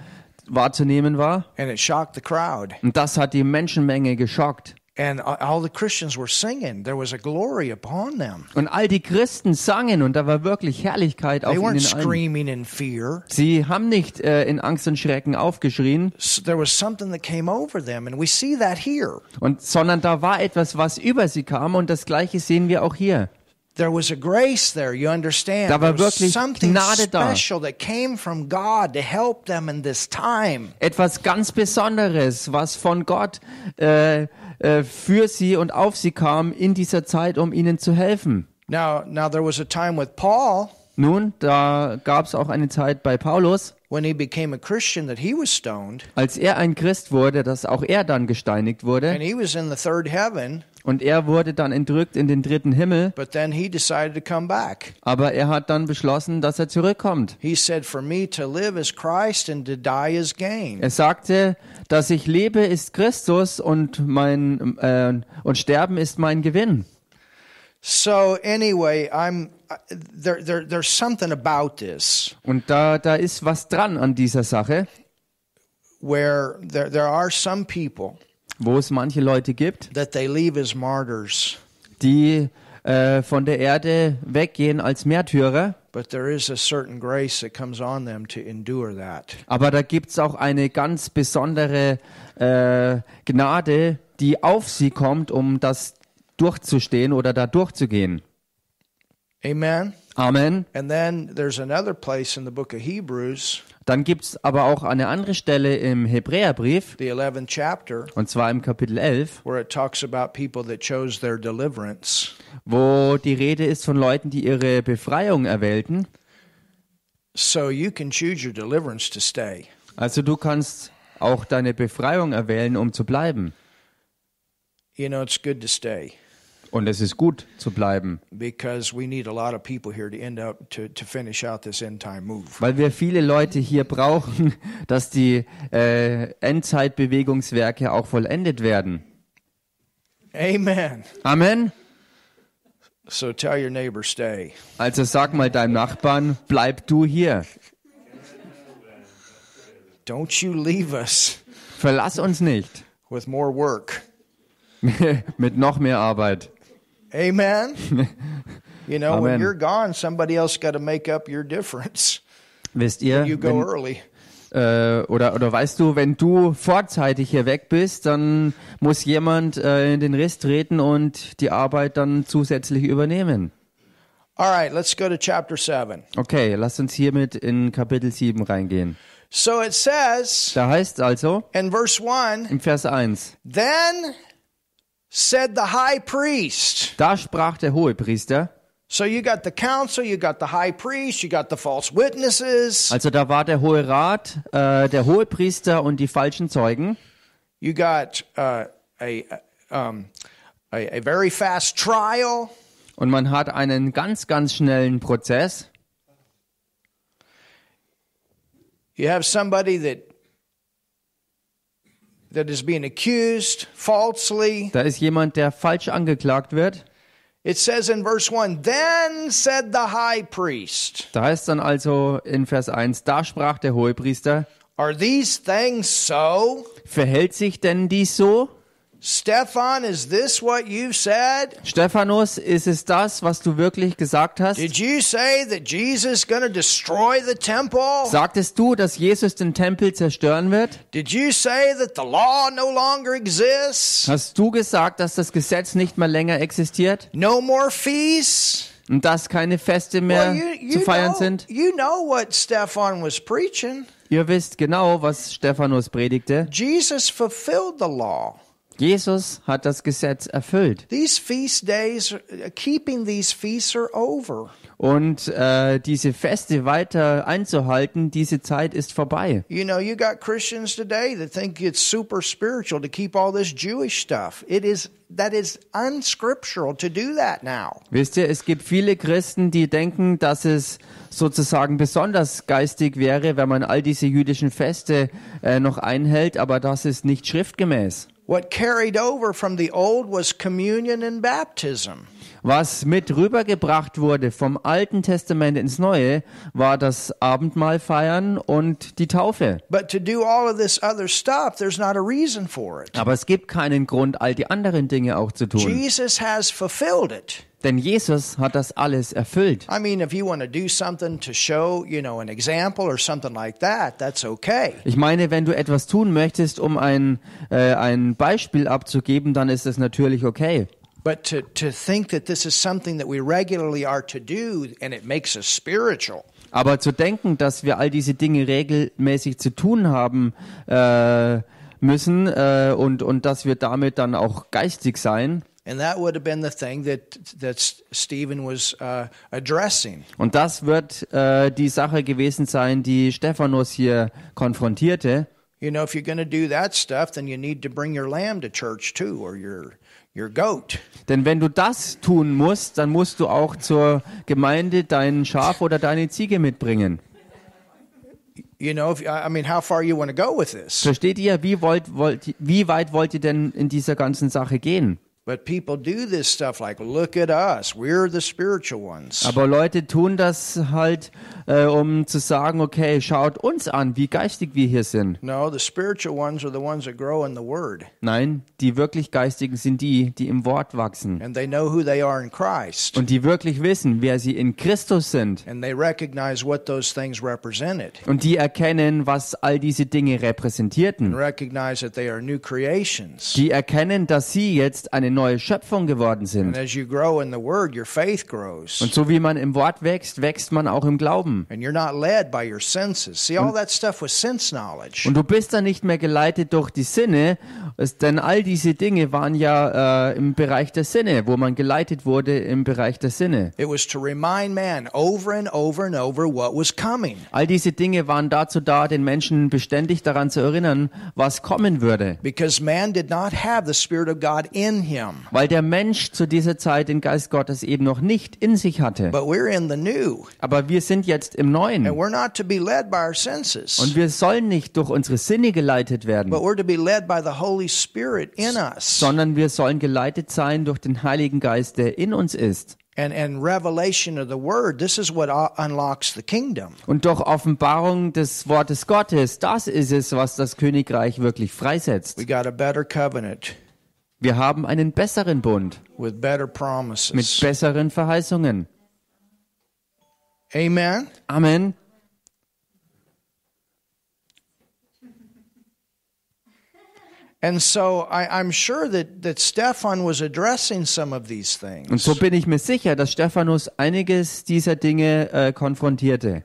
Speaker 2: wahrzunehmen war.
Speaker 1: and it shocked the crowd
Speaker 2: Und das hat die Menschenmenge geschockt.
Speaker 1: and a- all the christians were singing there was a glory upon them
Speaker 2: Und all die Christen sangen und da war wirklich Herrlichkeit auf
Speaker 1: they weren't
Speaker 2: ihnen allen.
Speaker 1: screaming in fear
Speaker 2: Sie haben nicht äh, in Angst und Schrecken aufgeschrien,
Speaker 1: S- there was something that came over them and we see that here
Speaker 2: und, sondern da war etwas, was über sie kam und das gleiche sehen wir auch hier.
Speaker 1: there was a grace there you understand
Speaker 2: Da war
Speaker 1: there was
Speaker 2: wirklich
Speaker 1: something
Speaker 2: Gnade da.
Speaker 1: special that came from god to help them in this time
Speaker 2: etwas ganz Besonderes, was von Gott äh, äh, für sie und auf sie kam in dieser Zeit, um ihnen zu helfen.
Speaker 1: now now there was a time with paul
Speaker 2: Nun, da gab es auch eine Zeit bei Paulus,
Speaker 1: when he became a christian that he was stoned
Speaker 2: als er ein Christ wurde, dass auch er dann gesteinigt wurde
Speaker 1: and he was in the third heaven
Speaker 2: und er wurde dann entrückt in den dritten Himmel,
Speaker 1: But then he decided to come back.
Speaker 2: aber er hat dann beschlossen, dass er zurückkommt.
Speaker 1: He said, For me to live is Christ and to die is gain.
Speaker 2: Er sagte, dass ich lebe ist Christus und mein äh, und Sterben ist mein Gewinn.
Speaker 1: So, anyway, I'm, I- there, there, there's something about this
Speaker 2: Und da da ist was dran an dieser Sache.
Speaker 1: where there, there are some people
Speaker 2: wo es manche Leute gibt,
Speaker 1: that they leave as martyrs.
Speaker 2: die äh, von der Erde weggehen als Märtyrer.
Speaker 1: But there is a certain grace that comes on them to endure that.
Speaker 2: Aber da gibt es auch eine ganz besondere äh, Gnade, die auf sie kommt, um das durchzustehen oder da durchzugehen.
Speaker 1: Amen.
Speaker 2: Amen.
Speaker 1: And then there's another place in the book of Hebrews,
Speaker 2: Dann gibt es aber auch eine andere Stelle im Hebräerbrief,
Speaker 1: the 11th chapter,
Speaker 2: und zwar im Kapitel 11,
Speaker 1: where it talks about people that chose their deliverance.
Speaker 2: wo die Rede ist von Leuten, die ihre Befreiung erwählten.
Speaker 1: So you can choose your deliverance to stay.
Speaker 2: Also du kannst auch deine Befreiung erwählen, um zu bleiben.
Speaker 1: You know, it's good to stay
Speaker 2: Und es ist gut zu bleiben,
Speaker 1: because we need a lot of people here to end up to, to finish out this end time move.
Speaker 2: weil wir viele Leute hier brauchen, dass die äh, Endzeitbewegungswerke auch vollendet werden.
Speaker 1: Amen.
Speaker 2: Amen.
Speaker 1: So tell your neighbor, stay.
Speaker 2: Also sag mal deinem Nachbarn, bleib du hier.
Speaker 1: Don't you leave us
Speaker 2: Verlass uns nicht
Speaker 1: with more work.
Speaker 2: mit noch mehr Arbeit.
Speaker 1: Amen. You know, when
Speaker 2: Amen.
Speaker 1: you're gone, somebody else got to make up your difference.
Speaker 2: Wisst ihr,
Speaker 1: You go
Speaker 2: wenn,
Speaker 1: early.
Speaker 2: äh, oder, oder weißt du, wenn du vorzeitig hier weg bist, dann muss jemand äh, in den Riss treten und die Arbeit dann zusätzlich übernehmen.
Speaker 1: All right, let's go to chapter 7.
Speaker 2: Okay, lasst uns hiermit in Kapitel 7 reingehen.
Speaker 1: So it says
Speaker 2: Da heißt also
Speaker 1: in verse 1
Speaker 2: im Vers 1,
Speaker 1: Then said the high priest.
Speaker 2: da sprach der Hohepriester,
Speaker 1: So you got the council, you got the high priest, you got the false witnesses,
Speaker 2: also da war der Hohe Rat, äh, der Hohepriester und die falschen Zeugen.
Speaker 1: you got uh, a, um, a, a very fast trial,
Speaker 2: Und man hat einen ganz, ganz schnellen Prozess.
Speaker 1: you have somebody that that is being accused falsely.
Speaker 2: Da ist jemand, der falsch angeklagt wird.
Speaker 1: It says in verse 1 Then said the high priest,
Speaker 2: Da heißt dann also in Vers 1, da sprach der Hohepriester,
Speaker 1: Are these things so?
Speaker 2: verhält sich denn dies so?
Speaker 1: Stefan, is this what you said?
Speaker 2: Stephanus, ist es das, was du wirklich gesagt hast?
Speaker 1: Did you say that Jesus is going to destroy the temple?
Speaker 2: Sagtest du, dass Jesus den Tempel zerstören wird?
Speaker 1: Did you say that the law no longer exists?
Speaker 2: Hast du gesagt, dass das Gesetz nicht mehr länger existiert
Speaker 1: No more feasts?
Speaker 2: und dass keine Feste mehr
Speaker 1: Well, you,
Speaker 2: zu
Speaker 1: you,
Speaker 2: feiern
Speaker 1: know,
Speaker 2: sind?
Speaker 1: you know what Stefan was preaching.
Speaker 2: Ihr wisst genau, was Stephanus predigte.
Speaker 1: Jesus fulfilled the law.
Speaker 2: Jesus hat das Gesetz erfüllt.
Speaker 1: These feast days, uh, keeping these feasts are over.
Speaker 2: Und äh, diese Feste weiter einzuhalten, diese Zeit ist vorbei.
Speaker 1: You know, you got Christians today that think it's super spiritual to keep all this Jewish stuff. It is that is unscriptural to do that now.
Speaker 2: Wisst ihr, es gibt viele Christen, die denken, dass es sozusagen besonders geistig wäre, wenn man all diese jüdischen Feste äh, noch einhält, aber das ist nicht schriftgemäß.
Speaker 1: What carried over from the old was communion and baptism.
Speaker 2: Was mit rübergebracht wurde vom Alten Testament ins Neue, war das Abendmahl feiern und die Taufe.
Speaker 1: But to do all of this other stuff, there's not a reason for it.
Speaker 2: Aber es gibt keinen Grund, all die anderen Dinge auch zu tun.
Speaker 1: Jesus has fulfilled it.
Speaker 2: Denn Jesus hat das alles erfüllt.
Speaker 1: I mean, if you want to do something to show, you know, an example or something like that, that's okay.
Speaker 2: Ich meine, wenn du etwas tun möchtest, um ein, äh, ein Beispiel abzugeben, dann ist es natürlich okay.
Speaker 1: But to, to think that this is something that we regularly are to do and it makes us spiritual.
Speaker 2: Aber zu denken, dass wir all diese Dinge regelmäßig zu tun haben äh, müssen äh, und, und dass wir damit dann auch geistig sein,
Speaker 1: And that would have been the thing that that S- Stephen was uh, addressing.
Speaker 2: und das wird äh, die Sache gewesen sein, die Stephanus hier konfrontierte.
Speaker 1: You know, if you're going to do that stuff, then you need to bring your lamb to church too, or your your goat.
Speaker 2: Denn wenn du das tun musst, dann musst du auch zur Gemeinde dein Schaf oder deine Ziege mitbringen.
Speaker 1: You know, if, I I mean, how far you want to go with this?
Speaker 2: Versteht ihr, wie, wollt, wollt, wie weit wollt ihr denn in dieser ganzen Sache gehen?
Speaker 1: But people do this stuff like, look at us, we're the spiritual ones.
Speaker 2: Aber Leute tun das halt, äh, um zu sagen, okay, schaut uns an, wie geistig wir hier sind.
Speaker 1: No, the spiritual ones are the ones that grow in the Word,
Speaker 2: Nein, die wirklich Geistigen sind die, die im Wort wachsen.
Speaker 1: and they know who they are in Christ,
Speaker 2: Und die wirklich wissen, wer sie in Christus sind.
Speaker 1: and they recognize what those things represented,
Speaker 2: Und die erkennen, was all diese Dinge
Speaker 1: and
Speaker 2: repräsentierten.
Speaker 1: recognize that they are new creations.
Speaker 2: Die erkennen, dass sie jetzt eine neue Schöpfung geworden
Speaker 1: And
Speaker 2: sind.
Speaker 1: as you grow in the Word, your faith grows.
Speaker 2: Und so wie man im Wort wächst, wächst man auch im Glauben.
Speaker 1: and you're not led by your senses. See, all that stuff was sense knowledge.
Speaker 2: Und du bist dann nicht mehr geleitet durch die Sinne, es- denn all diese Dinge waren ja äh, im Bereich der Sinne, wo man geleitet wurde im Bereich der Sinne.
Speaker 1: It was to remind man over and over and over what was coming
Speaker 2: All diese Dinge waren dazu da, den Menschen beständig daran zu erinnern, was kommen würde.
Speaker 1: because man did not have the Spirit of God in him.
Speaker 2: Weil der Mensch zu dieser Zeit den Geist Gottes eben noch nicht in sich hatte.
Speaker 1: But we're in the new,
Speaker 2: Aber wir sind jetzt im Neuen.
Speaker 1: and we're not to be led by our senses,
Speaker 2: Und wir sollen nicht durch unsere Sinne geleitet werden,
Speaker 1: but we're to be led by the Holy Spirit in us.
Speaker 2: sondern wir sollen geleitet sein durch den Heiligen Geist, der in uns ist.
Speaker 1: And, and revelation of the Word, this is what uh, unlocks the kingdom.
Speaker 2: Und durch Offenbarung des Wortes Gottes, das ist es, was das Königreich wirklich freisetzt.
Speaker 1: We got a better covenant
Speaker 2: Wir haben einen besseren Bund
Speaker 1: with better
Speaker 2: mit
Speaker 1: promises.
Speaker 2: besseren Verheißungen.
Speaker 1: Amen.
Speaker 2: Amen.
Speaker 1: And so I, I'm sure that, that Stefan was addressing some of these things.
Speaker 2: Und so bin ich mir sicher, dass Stephanus einiges dieser Dinge äh, konfrontierte.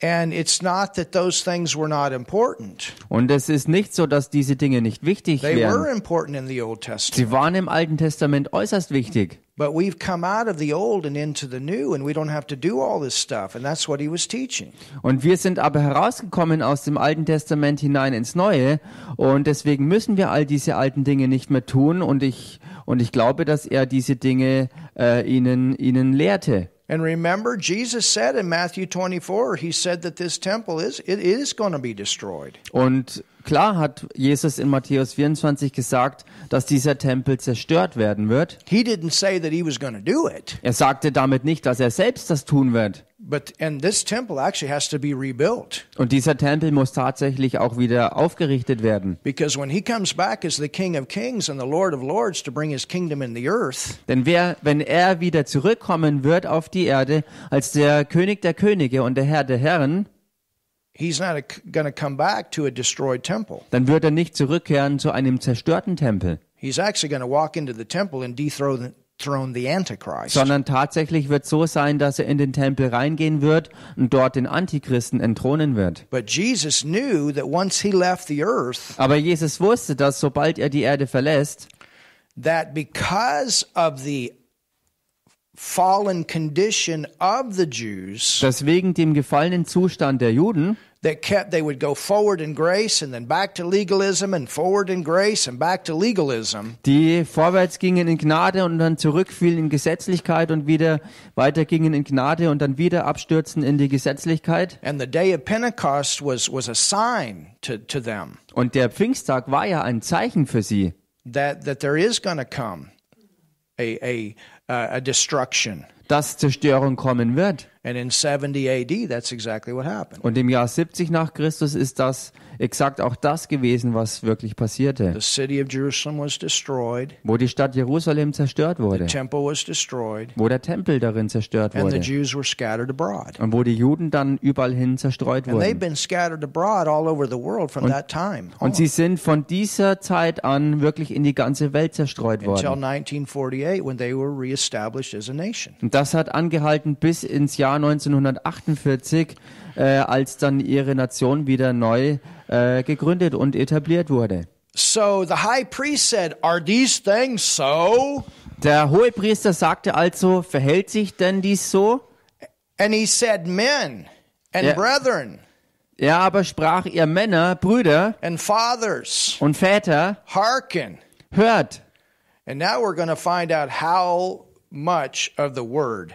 Speaker 1: And it's not that those things were not important.
Speaker 2: Und es ist nicht so, dass diese Dinge nicht wichtig
Speaker 1: They were
Speaker 2: wären.
Speaker 1: important in the Old Testament.
Speaker 2: Sie waren im Alten Testament äußerst wichtig.
Speaker 1: But we've come out of the old and into the new, and we don't have to do all this stuff. And that's what he was teaching.
Speaker 2: Und wir sind aber herausgekommen aus dem Alten Testament hinein ins Neue. Und deswegen müssen wir all diese alten Dinge nicht mehr tun. Und ich, und ich glaube, dass er diese Dinge äh, ihnen, ihnen lehrte.
Speaker 1: And remember, Jesus said in Matthew 24, he said that this temple is it is going to be destroyed.
Speaker 2: Und klar hat Jesus in Matthäus 24 gesagt, dass dieser Tempel zerstört werden wird.
Speaker 1: He didn't say that he was going to do it,
Speaker 2: Er sagte damit nicht, dass er selbst das tun wird.
Speaker 1: but and this temple actually has to be rebuilt
Speaker 2: Und dieser Tempel muss tatsächlich auch wieder aufgerichtet werden.
Speaker 1: because when he comes back as the King of Kings and the Lord of Lords to bring his kingdom in the earth,
Speaker 2: Denn wer, wenn er wieder zurückkommen wird auf die Erde als der König der Könige und der Herr der Herren,
Speaker 1: he's not going to come back to a destroyed temple.
Speaker 2: dann wird er nicht zurückkehren zu einem zerstörten Tempel,
Speaker 1: He's actually going to walk into the temple and dethrone throne the Antichrist.
Speaker 2: sondern tatsächlich wird so sein, dass er in den Tempel reingehen wird und dort den Antichristen entthronen wird.
Speaker 1: But Jesus knew that once he left the earth,
Speaker 2: Aber Jesus wusste, dass sobald er die Erde verlässt,
Speaker 1: that because of the fallen condition of the Jews
Speaker 2: dass wegen dem gefallenen Zustand der Juden,
Speaker 1: that kept they would go forward in grace and then back to legalism and forward in grace and back to legalism
Speaker 2: die vorwärts gingen in Gnade und dann zurückfielen in Gesetzlichkeit und wieder weiter gingen in Gnade und dann wieder abstürzten in die Gesetzlichkeit,
Speaker 1: and the day of Pentecost was was a sign to, to them
Speaker 2: Und der Pfingsttag war ja ein Zeichen für sie,
Speaker 1: that that there is going to come a a uh, a destruction
Speaker 2: dass Zerstörung kommen wird.
Speaker 1: and in 70 AD that's exactly what happened
Speaker 2: Und im Jahr 70 nach Christus ist das exakt auch das gewesen, was wirklich passierte,
Speaker 1: the city of Jerusalem was destroyed
Speaker 2: wo die Stadt Jerusalem zerstört wurde,
Speaker 1: temple was destroyed
Speaker 2: wo der Tempel darin zerstört
Speaker 1: and the
Speaker 2: wurde
Speaker 1: Jews were scattered abroad.
Speaker 2: und wo die Juden dann überall hin zerstreut
Speaker 1: And they've
Speaker 2: wurden.
Speaker 1: been scattered abroad all over the world from that time on,
Speaker 2: Und sie sind von dieser Zeit an wirklich in die ganze Welt zerstreut
Speaker 1: until
Speaker 2: worden.
Speaker 1: 1948 when they were reestablished as a nation.
Speaker 2: Und das hat angehalten bis ins Jahr 1948, äh, als dann ihre Nation wieder neu äh, gegründet und etabliert wurde.
Speaker 1: So the high priest said, Are these things so?
Speaker 2: Der Hohepriester sagte also, verhält sich denn dies so?
Speaker 1: And he said, Men and
Speaker 2: Yeah.
Speaker 1: brethren
Speaker 2: Er aber sprach, ihr Männer, Brüder
Speaker 1: and fathers,
Speaker 2: und Väter,
Speaker 1: hearken.
Speaker 2: hört.
Speaker 1: And now we're going to find out how much of the word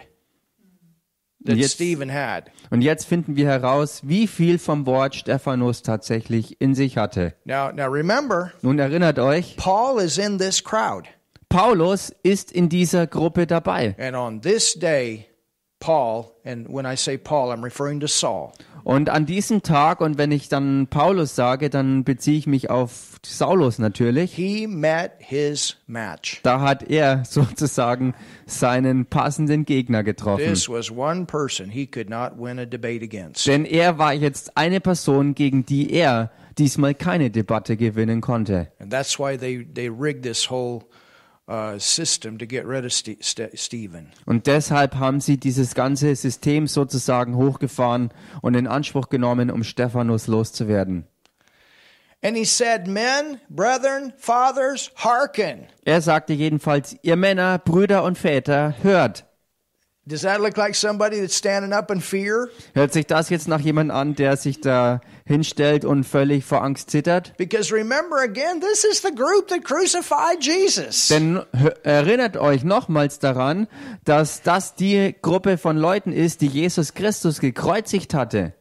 Speaker 1: that
Speaker 2: Jetzt-
Speaker 1: Stephen had.
Speaker 2: Und jetzt finden wir heraus, wie viel vom Wort Stephanus tatsächlich in sich hatte.
Speaker 1: Now, now remember,
Speaker 2: Nun erinnert euch,
Speaker 1: Paul is in this crowd.
Speaker 2: Paulus ist in dieser Gruppe dabei.
Speaker 1: And on this day, Paul, and when I say Paul, I'm referring to Saul,
Speaker 2: Und an diesem Tag, und wenn ich dann Paulus sage, dann beziehe ich mich auf Saulus natürlich.
Speaker 1: he met his match.
Speaker 2: Da hat er sozusagen seinen passenden Gegner getroffen.
Speaker 1: This was one person he could not win a debate against.
Speaker 2: Denn er war jetzt eine Person, gegen die er diesmal keine Debatte gewinnen konnte.
Speaker 1: And that's why they, they rigged this whole uh, system to get rid of Ste- Ste- Stephen.
Speaker 2: Und deshalb haben sie dieses ganze System sozusagen hochgefahren und in Anspruch genommen, um Stephanus loszuwerden.
Speaker 1: And he said, Men, brethren, fathers, hearken.
Speaker 2: Er sagte jedenfalls, ihr Männer, Brüder und Väter, hört.
Speaker 1: Does that look like somebody that's standing up in fear?
Speaker 2: Hört sich das jetzt nach jemand an, der sich da hinstellt und völlig vor Angst zittert?
Speaker 1: Because remember again, this is the group that crucified Jesus.
Speaker 2: Denn hö- erinnert euch nochmals daran, dass das die Gruppe von Leuten ist, die Jesus Christus gekreuzigt hatte.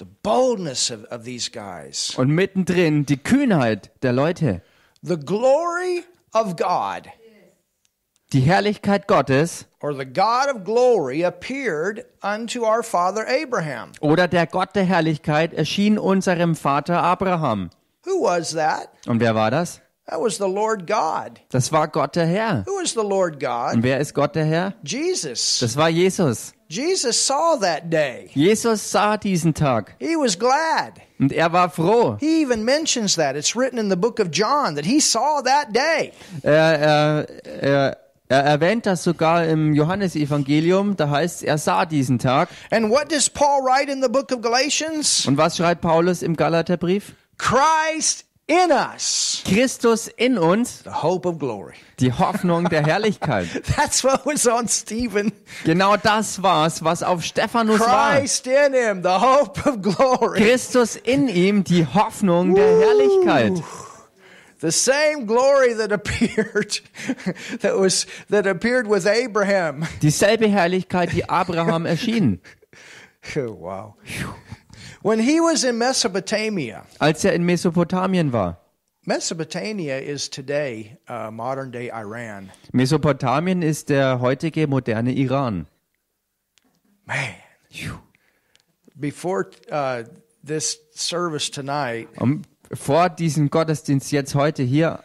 Speaker 1: the boldness of, of these guys,
Speaker 2: Und mittendrin die Kühnheit der Leute,
Speaker 1: the glory of God,
Speaker 2: die Herrlichkeit Gottes
Speaker 1: or the God of glory appeared unto our father Abraham.
Speaker 2: Oder der Gott der Herrlichkeit erschien unserem Vater Abraham.
Speaker 1: Who was that?
Speaker 2: Und wer war das?
Speaker 1: That was the Lord God.
Speaker 2: Das war Gott der Herr.
Speaker 1: Who is the Lord God?
Speaker 2: Und wer ist Gott der Herr?
Speaker 1: Jesus.
Speaker 2: Das war Jesus.
Speaker 1: Jesus saw that day.
Speaker 2: Jesus sah diesen Tag
Speaker 1: He was glad.
Speaker 2: und er war froh.
Speaker 1: He even mentions that. It's written in the book of John that he saw that day.
Speaker 2: Er, er, er, er erwähnt das sogar im Johannesevangelium. Da heißt es, er sah diesen Tag.
Speaker 1: And what does Paul write in the book of Galatians?
Speaker 2: Und was schreibt Paulus im Galaterbrief?
Speaker 1: Christ in us,
Speaker 2: Christus in uns,
Speaker 1: the hope of glory.
Speaker 2: die Hoffnung der Herrlichkeit.
Speaker 1: That's what was on Stephen.
Speaker 2: Genau das war's, was auf Stephanus war.
Speaker 1: Christ in him, the hope of glory.
Speaker 2: Christus in ihm, die Hoffnung der Herrlichkeit.
Speaker 1: The same glory that appeared that was that appeared with Abraham.
Speaker 2: Dieselbe Herrlichkeit, die Abraham erschien.
Speaker 1: Oh, wow. When he was in Mesopotamia,
Speaker 2: Als er in Mesopotamien war.
Speaker 1: Mesopotamia is today uh, modern day Iran.
Speaker 2: Mesopotamien ist der heutige moderne Iran.
Speaker 1: Man. Before uh, this service tonight,
Speaker 2: Um, vor diesem Gottesdienst jetzt heute hier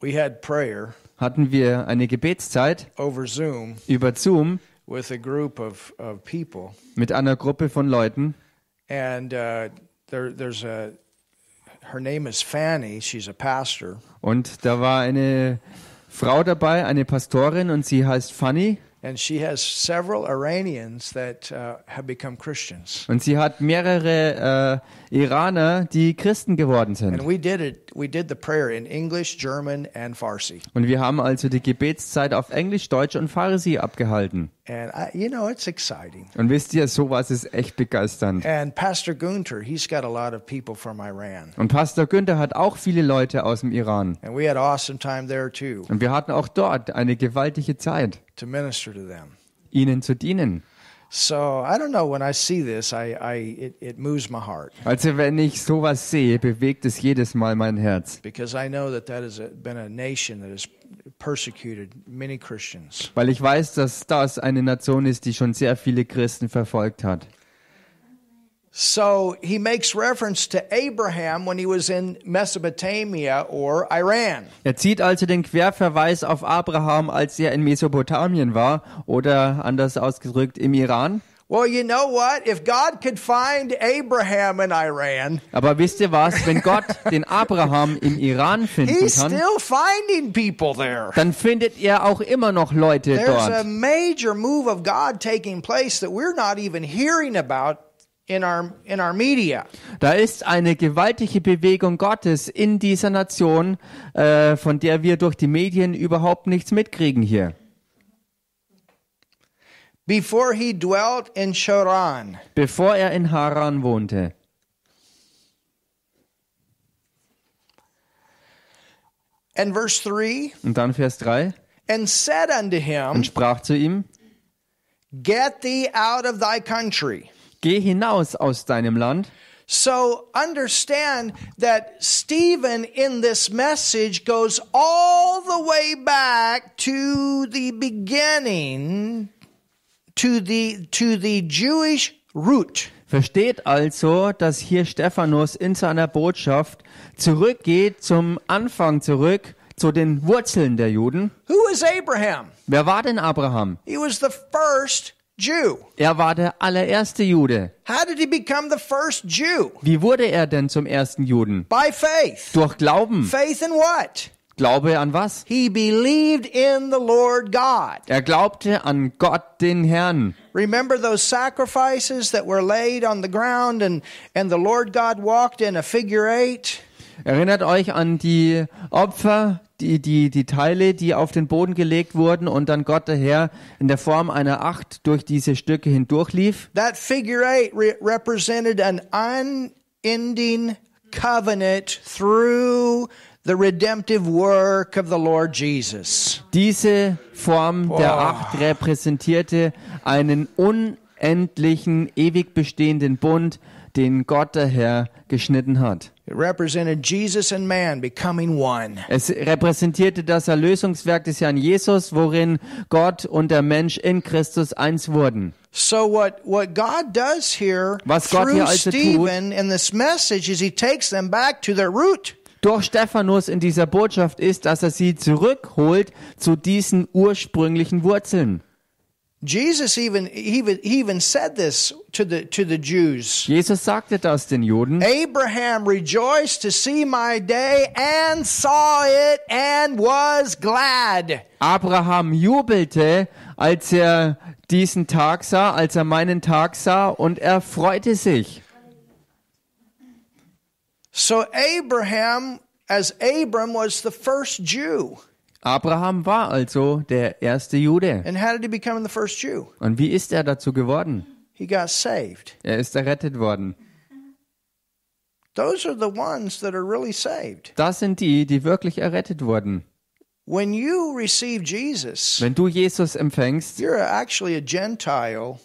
Speaker 1: we had prayer
Speaker 2: hatten wir eine Gebetszeit
Speaker 1: over Zoom
Speaker 2: über Zoom
Speaker 1: with a group of, of people.
Speaker 2: mit einer Gruppe von Leuten.
Speaker 1: and uh, there, there's a her name is Fanny. She's a pastor,
Speaker 2: Und da war eine Frau dabei, eine Pastorin, und sie heißt Fanny.
Speaker 1: and she has several Iranians that uh, have become Christians.
Speaker 2: Und sie hat mehrere äh, Iraner, die Christen geworden sind.
Speaker 1: And we did it. We did the prayer in English, German, and Farsi.
Speaker 2: Und wir haben also die Gebetszeit auf Englisch, Deutsch und Farsi abgehalten.
Speaker 1: And I, you know, it's exciting.
Speaker 2: Und wisst ihr, sowas ist echt begeisternd.
Speaker 1: And Pastor Gunter, he's got a lot of people from Iran,
Speaker 2: Und Pastor Günther hat auch viele Leute aus dem Iran.
Speaker 1: and we had an awesome time there too
Speaker 2: Und wir hatten auch dort eine gewaltige Zeit,
Speaker 1: to minister to them.
Speaker 2: ihnen zu dienen.
Speaker 1: So I don't know. When I see this, I, I it, it moves my heart
Speaker 2: Also wenn ich sowas sehe, bewegt es jedes Mal mein Herz.
Speaker 1: because I know that that has a, been a nation that has persecuted many Christians.
Speaker 2: Weil ich weiß, dass das eine Nation ist, die schon sehr viele Christen verfolgt hat.
Speaker 1: So he makes reference to Abraham when he was in Mesopotamia or Iran.
Speaker 2: Er zieht also den Querverweis auf Abraham, als er in Mesopotamien war oder anders ausgedrückt im Iran.
Speaker 1: Well, you know what? If God could find Abraham in Iran,
Speaker 2: Aber wisst ihr was, wenn Gott den Abraham im Iran finden
Speaker 1: he's
Speaker 2: kann,
Speaker 1: still finding people there.
Speaker 2: dann findet ihr auch immer noch Leute
Speaker 1: There's a
Speaker 2: dort.
Speaker 1: major move of God taking place that we're not even hearing about in our in our media.
Speaker 2: Da ist eine gewaltige Bewegung Gottes in dieser Nation, äh, von der wir durch die Medien überhaupt nichts mitkriegen hier.
Speaker 1: Before he dwelt in Sharon,
Speaker 2: Bevor er in Haran wohnte.
Speaker 1: and verse 3,
Speaker 2: Und dann Vers 3
Speaker 1: and said unto
Speaker 2: und
Speaker 1: him,
Speaker 2: sprach zu ihm,
Speaker 1: Get thee out of thy country.
Speaker 2: Geh hinaus aus deinem Land.
Speaker 1: So understand that Stephen in this message goes all the way back to the beginning to the to the Jewish root.
Speaker 2: Versteht also, dass hier Stephanus in seiner Botschaft zurückgeht zum Anfang zurück, zu den Wurzeln der Juden.
Speaker 1: Who is Abraham?
Speaker 2: Wer war denn Abraham?
Speaker 1: He was the first Jew.
Speaker 2: Er war der allererste Jude.
Speaker 1: How did he become the first Jew?
Speaker 2: Wie wurde er denn zum ersten Juden?
Speaker 1: By faith.
Speaker 2: Durch Glauben.
Speaker 1: Faith in what?
Speaker 2: Glaube an was?
Speaker 1: He believed in the Lord God.
Speaker 2: Er glaubte an Gott, den Herrn.
Speaker 1: Remember those sacrifices that were laid on the ground and, and the Lord God walked in a figure eight?
Speaker 2: Erinnert euch an die Opfer, die, die, die Teile, die auf den Boden gelegt wurden und dann Gott der Herr in der Form einer Acht durch diese Stücke hindurchlief.
Speaker 1: That figure eight re- represented an unending covenant through the redemptive work of the Lord Jesus.
Speaker 2: Diese Form der Acht repräsentierte einen unendlichen, ewig bestehenden Bund, den Gott der Herr geschnitten hat.
Speaker 1: It represented Jesus and man becoming one.
Speaker 2: Es repräsentierte das Erlösungswerk des Herrn Jesus, worin Gott und der Mensch in Christus eins wurden.
Speaker 1: So what what God does here
Speaker 2: Was Gott
Speaker 1: through
Speaker 2: hier also tut-
Speaker 1: Stephen in this message is he takes them back to their root.
Speaker 2: Durch Stephanus in dieser Botschaft ist, dass er sie zurückholt zu diesen ursprünglichen Wurzeln.
Speaker 1: Jesus even even he even said this to the to the Jews.
Speaker 2: Jesus sagte das den Juden.
Speaker 1: Abraham rejoiced to see my day and saw it and was glad.
Speaker 2: Abraham jubelte, als er diesen Tag sah, als er meinen Tag sah, und er freute sich.
Speaker 1: So Abraham as Abram was the first Jew.
Speaker 2: Abraham war also der erste Jude.
Speaker 1: And how did he become the first Jew?
Speaker 2: Und wie ist er dazu geworden?
Speaker 1: He got saved.
Speaker 2: Er ist errettet worden.
Speaker 1: Those are the ones that are really saved.
Speaker 2: Das sind die, die wirklich errettet wurden.
Speaker 1: When you receive Jesus,
Speaker 2: Wenn du Jesus empfängst,
Speaker 1: you're actually a Gentile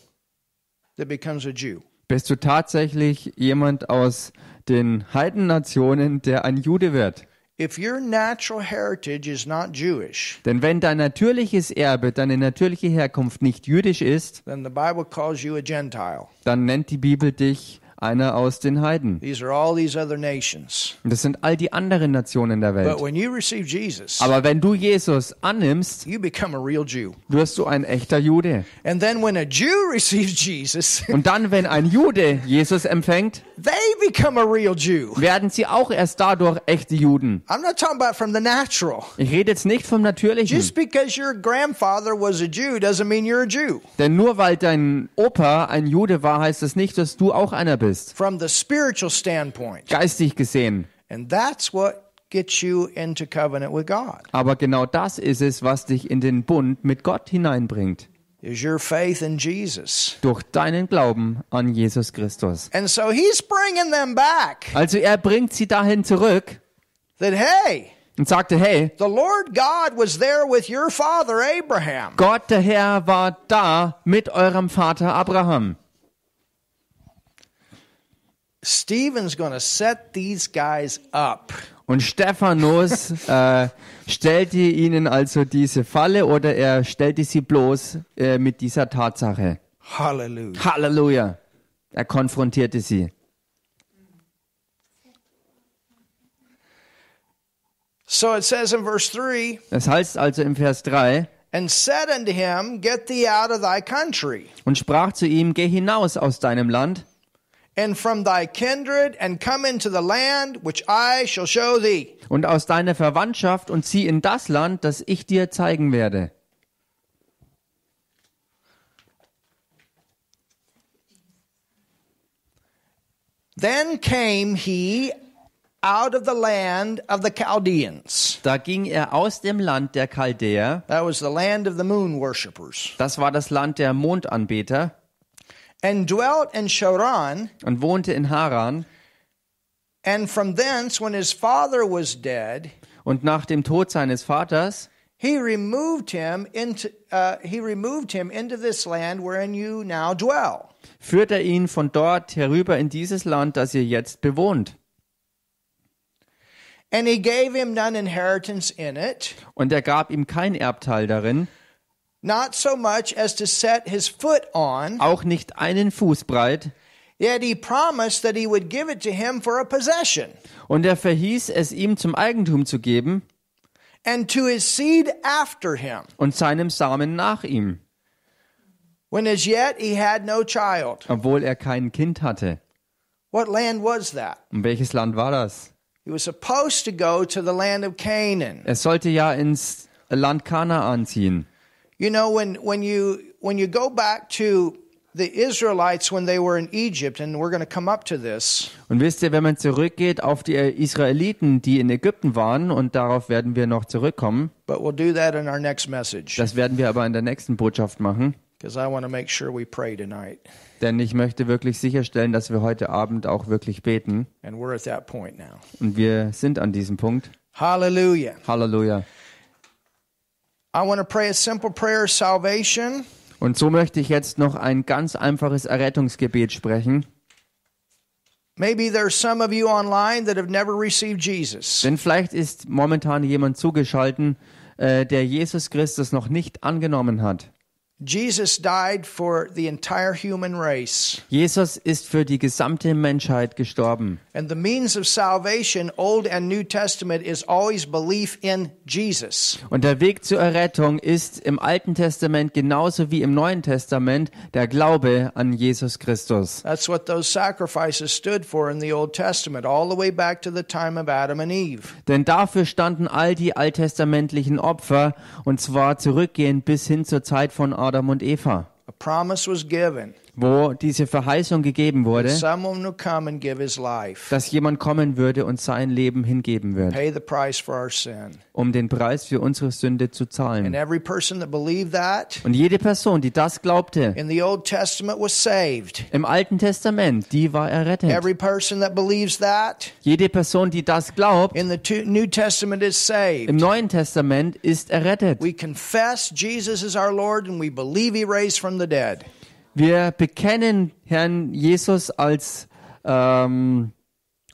Speaker 1: that becomes a Jew.
Speaker 2: bist du tatsächlich jemand aus den Heidennationen, der ein Jude wird.
Speaker 1: If your natural heritage is not Jewish,
Speaker 2: Denn wenn dein natürliches Erbe, deine natürliche Herkunft nicht jüdisch ist,
Speaker 1: then the Bible calls you a Gentile.
Speaker 2: dann nennt die Bibel dich einer aus den Heiden.
Speaker 1: These are all these other nations.
Speaker 2: Und das sind all die anderen Nationen der
Speaker 1: But
Speaker 2: Welt.
Speaker 1: when you receive Jesus,
Speaker 2: Aber wenn du Jesus annimmst,
Speaker 1: you become a real Jew.
Speaker 2: wirst du ein echter Jude.
Speaker 1: And then when a Jew receives Jesus,
Speaker 2: Und dann, wenn ein Jude Jesus empfängt,
Speaker 1: they become a real Jew.
Speaker 2: werden sie auch erst dadurch echte Juden.
Speaker 1: I'm not talking about from the natural.
Speaker 2: Ich rede jetzt nicht vom Natürlichen.
Speaker 1: Just because your grandfather was a Jew doesn't mean you're a Jew.
Speaker 2: Denn nur weil dein Opa ein Jude war, heißt das nicht, dass du auch einer bist.
Speaker 1: From the spiritual standpoint,
Speaker 2: Geistig gesehen.
Speaker 1: And that's what gets you into covenant with God.
Speaker 2: Aber genau das ist es, was dich in den Bund mit Gott hineinbringt.
Speaker 1: Is your faith in Jesus.
Speaker 2: Durch deinen Glauben an Jesus Christus.
Speaker 1: And so he's bringing them back
Speaker 2: Also er bringt sie dahin zurück
Speaker 1: that hey,
Speaker 2: und sagte, hey,
Speaker 1: the Lord God was there with your father Abraham.
Speaker 2: Gott der Herr war da mit eurem Vater Abraham.
Speaker 1: Stephen's going to set these guys up.
Speaker 2: Und Stephanus äh, stellte ihnen also diese Falle oder er stellte sie bloß äh, mit dieser Tatsache.
Speaker 1: Hallelujah.
Speaker 2: Halleluja. Er konfrontierte sie.
Speaker 1: So it says in verse 3
Speaker 2: Das heißt also im Vers 3,
Speaker 1: and said unto him, Get thee out of thy country
Speaker 2: und sprach zu ihm, geh hinaus aus deinem Land
Speaker 1: and from thy kindred and come into the land which I shall show thee.
Speaker 2: und aus deiner Verwandtschaft und zieh in das Land, das ich dir zeigen werde.
Speaker 1: Then came he out of the land of the Chaldeans.
Speaker 2: Da ging er aus dem Land der Chaldäer,
Speaker 1: That was the land of the moon worshippers.
Speaker 2: das war das Land der Mondanbeter,
Speaker 1: And dwelt in Sharon,
Speaker 2: und wohnte in Haran.
Speaker 1: and from thence, when his father was dead,
Speaker 2: Und nach dem Tod seines Vaters
Speaker 1: he- He removed him into uh, he removed him into this land wherein you now dwell.
Speaker 2: führt er ihn von dort herüber in dieses Land, das ihr jetzt bewohnt.
Speaker 1: And he gave him none inheritance in it,
Speaker 2: Und er gab ihm kein Erbteil darin,
Speaker 1: not so much as to set his foot on,
Speaker 2: auch nicht einen Fuß breit,
Speaker 1: yet he promised that he would give it to him for a possession,
Speaker 2: und er verhieß es ihm zum Eigentum zu geben
Speaker 1: and to his seed after him,
Speaker 2: und seinem Samen nach ihm,
Speaker 1: when as yet he had no child.
Speaker 2: obwohl er kein Kind hatte.
Speaker 1: What land was that?
Speaker 2: Und welches Land war das?
Speaker 1: He was supposed to go to the land of Canaan.
Speaker 2: Er sollte ja ins Land Kanaan ziehen.
Speaker 1: You know, when, when you when you go back to the Israelites when they were in Egypt, and we're going to come up to this,
Speaker 2: Und wisst ihr, wenn man zurückgeht auf die Israeliten, die in Ägypten waren, und darauf werden wir noch zurückkommen,
Speaker 1: but we'll do that in our next message
Speaker 2: das werden wir aber in der nächsten Botschaft machen.
Speaker 1: because I want to make sure we pray tonight,
Speaker 2: Denn ich möchte wirklich sicherstellen, dass wir heute Abend auch wirklich beten.
Speaker 1: and we're at that point now.
Speaker 2: Und wir sind an diesem Punkt.
Speaker 1: Hallelujah.
Speaker 2: Halleluja.
Speaker 1: I want to pray a simple prayer of salvation,
Speaker 2: Und so möchte ich jetzt noch ein ganz einfaches Errettungsgebet sprechen.
Speaker 1: Maybe there's some of you online that have never received Jesus.
Speaker 2: Denn vielleicht ist momentan jemand zugeschalten, äh, der Jesus Christus noch nicht angenommen hat.
Speaker 1: Jesus died for the entire human race.
Speaker 2: Jesus ist für die gesamte Menschheit gestorben.
Speaker 1: And the means of salvation, Old and New Testament, is always belief in Jesus.
Speaker 2: Und der Weg zur Errettung ist im Alten Testament genauso wie im Neuen Testament der Glaube an Jesus Christus.
Speaker 1: That's what those sacrifices stood for in the Old Testament, all the way back to the time of Adam and Eve.
Speaker 2: Denn dafür standen all die alttestamentlichen Opfer, und zwar zurückgehend bis hin zur Zeit von Adam und Eva,
Speaker 1: A promise was given.
Speaker 2: wo diese Verheißung gegeben wurde,
Speaker 1: Someone will come and give his life,
Speaker 2: dass jemand kommen würde und sein Leben hingeben würde,
Speaker 1: pay the price for our sin.
Speaker 2: um den Preis für unsere Sünde zu
Speaker 1: And
Speaker 2: zahlen.
Speaker 1: every person that believed that
Speaker 2: Und jede Person, die das glaubte,
Speaker 1: in the Old Testament was saved.
Speaker 2: im Alten Testament, die war errettet.
Speaker 1: Every person that believes that
Speaker 2: Jede Person, die das glaubt,
Speaker 1: in the two, New Testament is
Speaker 2: im
Speaker 1: saved.
Speaker 2: Neuen Testament ist errettet.
Speaker 1: We confess Jesus is our Lord and we believe he raised from the dead.
Speaker 2: Wir bekennen Herrn Jesus als ähm,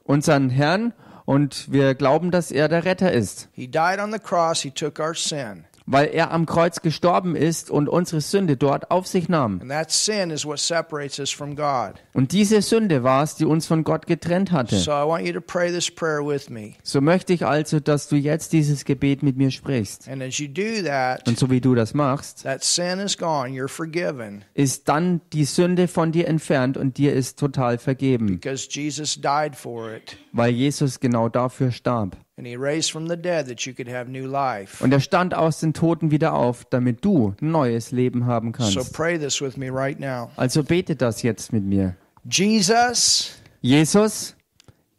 Speaker 2: unseren Herrn und wir glauben, dass er der Retter ist,
Speaker 1: He died on the cross, he took our sin.
Speaker 2: weil er am Kreuz gestorben ist und unsere Sünde dort auf sich nahm.
Speaker 1: And that sin is what separates us from God.
Speaker 2: Und diese Sünde war es, die uns von Gott getrennt hatte.
Speaker 1: So I want you to pray this prayer with me.
Speaker 2: So möchte ich also, dass du jetzt dieses Gebet mit mir sprichst.
Speaker 1: And as you do that,
Speaker 2: Und so wie du das machst,
Speaker 1: that sin is gone. You're forgiven
Speaker 2: ist dann die Sünde von dir entfernt und dir ist total vergeben,
Speaker 1: because Jesus died for it
Speaker 2: weil Jesus genau dafür starb.
Speaker 1: and he raised from the dead that you could have new life.
Speaker 2: Und er stand aus den Toten wieder auf, damit du neues Leben haben
Speaker 1: So
Speaker 2: kannst.
Speaker 1: pray this with me right now.
Speaker 2: Also bete das jetzt mit mir.
Speaker 1: Jesus,
Speaker 2: Jesus,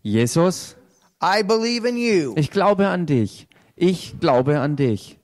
Speaker 2: Jesus,
Speaker 1: I believe in you
Speaker 2: ich glaube an dich. Ich glaube an dich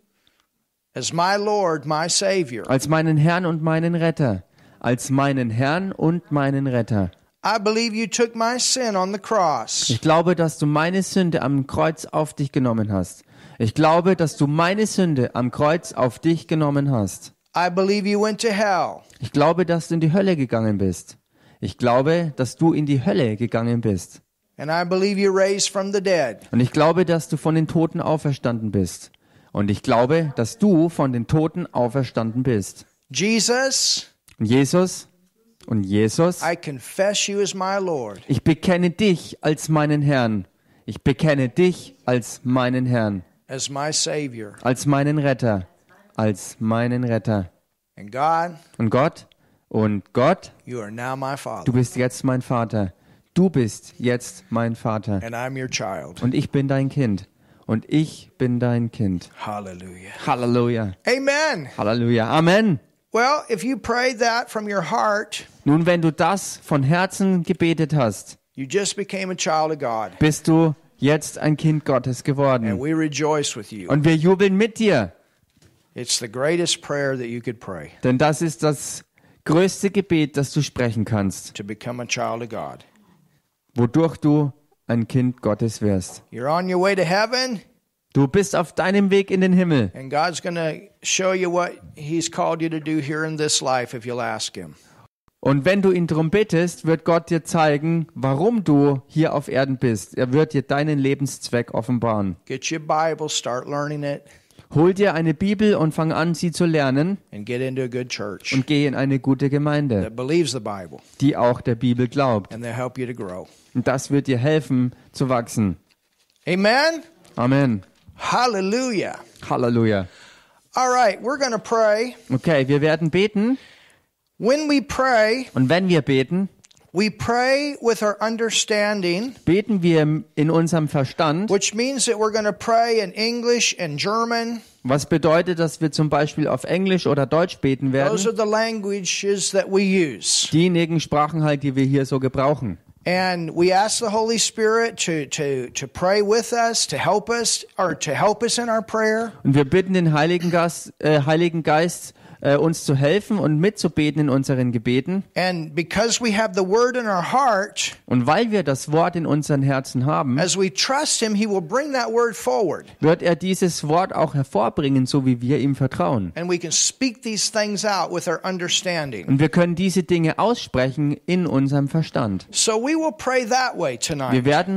Speaker 1: as my Lord, my Savior.
Speaker 2: als meinen Herrn und meinen Retter. Als meinen Herrn und meinen Retter.
Speaker 1: I believe you took my sin on the cross
Speaker 2: Ich glaube, dass du meine Sünde am Kreuz auf dich genommen hast. Ich glaube, dass du meine Sünde am Kreuz auf dich genommen hast.
Speaker 1: I believe you went to hell.
Speaker 2: Ich glaube, dass du in die Hölle gegangen bist. Ich glaube, dass du in die Hölle gegangen bist.
Speaker 1: And I believe you raised from the dead.
Speaker 2: Und ich glaube, dass du von den Toten auferstanden bist. Und ich glaube, dass du von den Toten auferstanden bist.
Speaker 1: Jesus,
Speaker 2: Und Jesus, und Jesus,
Speaker 1: I confess you as my Lord.
Speaker 2: ich bekenne dich als meinen Herrn. Ich bekenne dich als meinen Herrn,
Speaker 1: as my Savior.
Speaker 2: als meinen Retter, als meinen Retter.
Speaker 1: And God,
Speaker 2: Und Gott, und Gott,
Speaker 1: you are now my
Speaker 2: du
Speaker 1: Father,
Speaker 2: bist jetzt mein Vater. Du bist jetzt mein Vater.
Speaker 1: and I'm your child.
Speaker 2: Und ich bin dein Kind. Und ich bin dein Kind.
Speaker 1: Hallelujah.
Speaker 2: Halleluja.
Speaker 1: Amen.
Speaker 2: Halleluja. Amen.
Speaker 1: Well, if you prayed that from your heart,
Speaker 2: Nun, wenn du das von Herzen gebetet hast,
Speaker 1: you just became a child of God.
Speaker 2: bist du jetzt ein Kind Gottes
Speaker 1: And
Speaker 2: geworden.
Speaker 1: we rejoice with you.
Speaker 2: Und wir jubeln mit dir,
Speaker 1: It's the greatest prayer that you could pray
Speaker 2: denn das ist das größte Gebet, das du sprechen kannst,
Speaker 1: to become a child of God.
Speaker 2: wodurch du ein Kind Gottes wirst.
Speaker 1: You're on your way to heaven,
Speaker 2: Du bist auf deinem Weg in den Himmel.
Speaker 1: And God's going to show you what He's called you to do here in this life if you'll ask Him.
Speaker 2: Und wenn du ihn drum bittest, wird Gott dir zeigen, warum du hier auf Erden bist. Er wird dir deinen Lebenszweck offenbaren.
Speaker 1: Get your Bible, start learning it,
Speaker 2: Hol dir eine Bibel und fang an, sie zu lernen
Speaker 1: and get into a good church
Speaker 2: und geh in eine gute Gemeinde,
Speaker 1: that believes the Bible,
Speaker 2: die auch der Bibel glaubt.
Speaker 1: and they'll help you to grow.
Speaker 2: Und das wird dir helfen zu wachsen.
Speaker 1: Amen?
Speaker 2: Amen.
Speaker 1: Hallelujah.
Speaker 2: Halleluja.
Speaker 1: All right, we're going to pray.
Speaker 2: Okay, wir werden beten
Speaker 1: When we pray,
Speaker 2: und wenn wir beten,
Speaker 1: we pray with our understanding,
Speaker 2: beten wir in unserem Verstand,
Speaker 1: which means that we're going to pray in English and German.
Speaker 2: was bedeutet, dass wir zum Beispiel auf Englisch oder Deutsch beten
Speaker 1: Those
Speaker 2: werden.
Speaker 1: are the languages that we use.
Speaker 2: Diejenigen Sprachen halt, die wir hier so gebrauchen.
Speaker 1: And we ask the Holy Spirit to, to, to pray with us, to help us, or to help us in our prayer.
Speaker 2: Und wir bitten den Heiligen Geist, äh, Heiligen Geist äh, uns zu helfen und mitzubeten in unseren Gebeten.
Speaker 1: And because we have the word in our heart,
Speaker 2: Und weil wir das Wort in unseren Herzen haben,
Speaker 1: as we trust Him, He will bring that word forward.
Speaker 2: wird er dieses Wort auch hervorbringen, so wie wir ihm vertrauen.
Speaker 1: And we can speak these things out with our understanding.
Speaker 2: Und wir können diese Dinge aussprechen in unserem Verstand.
Speaker 1: So we will pray that way tonight.
Speaker 2: Wir werden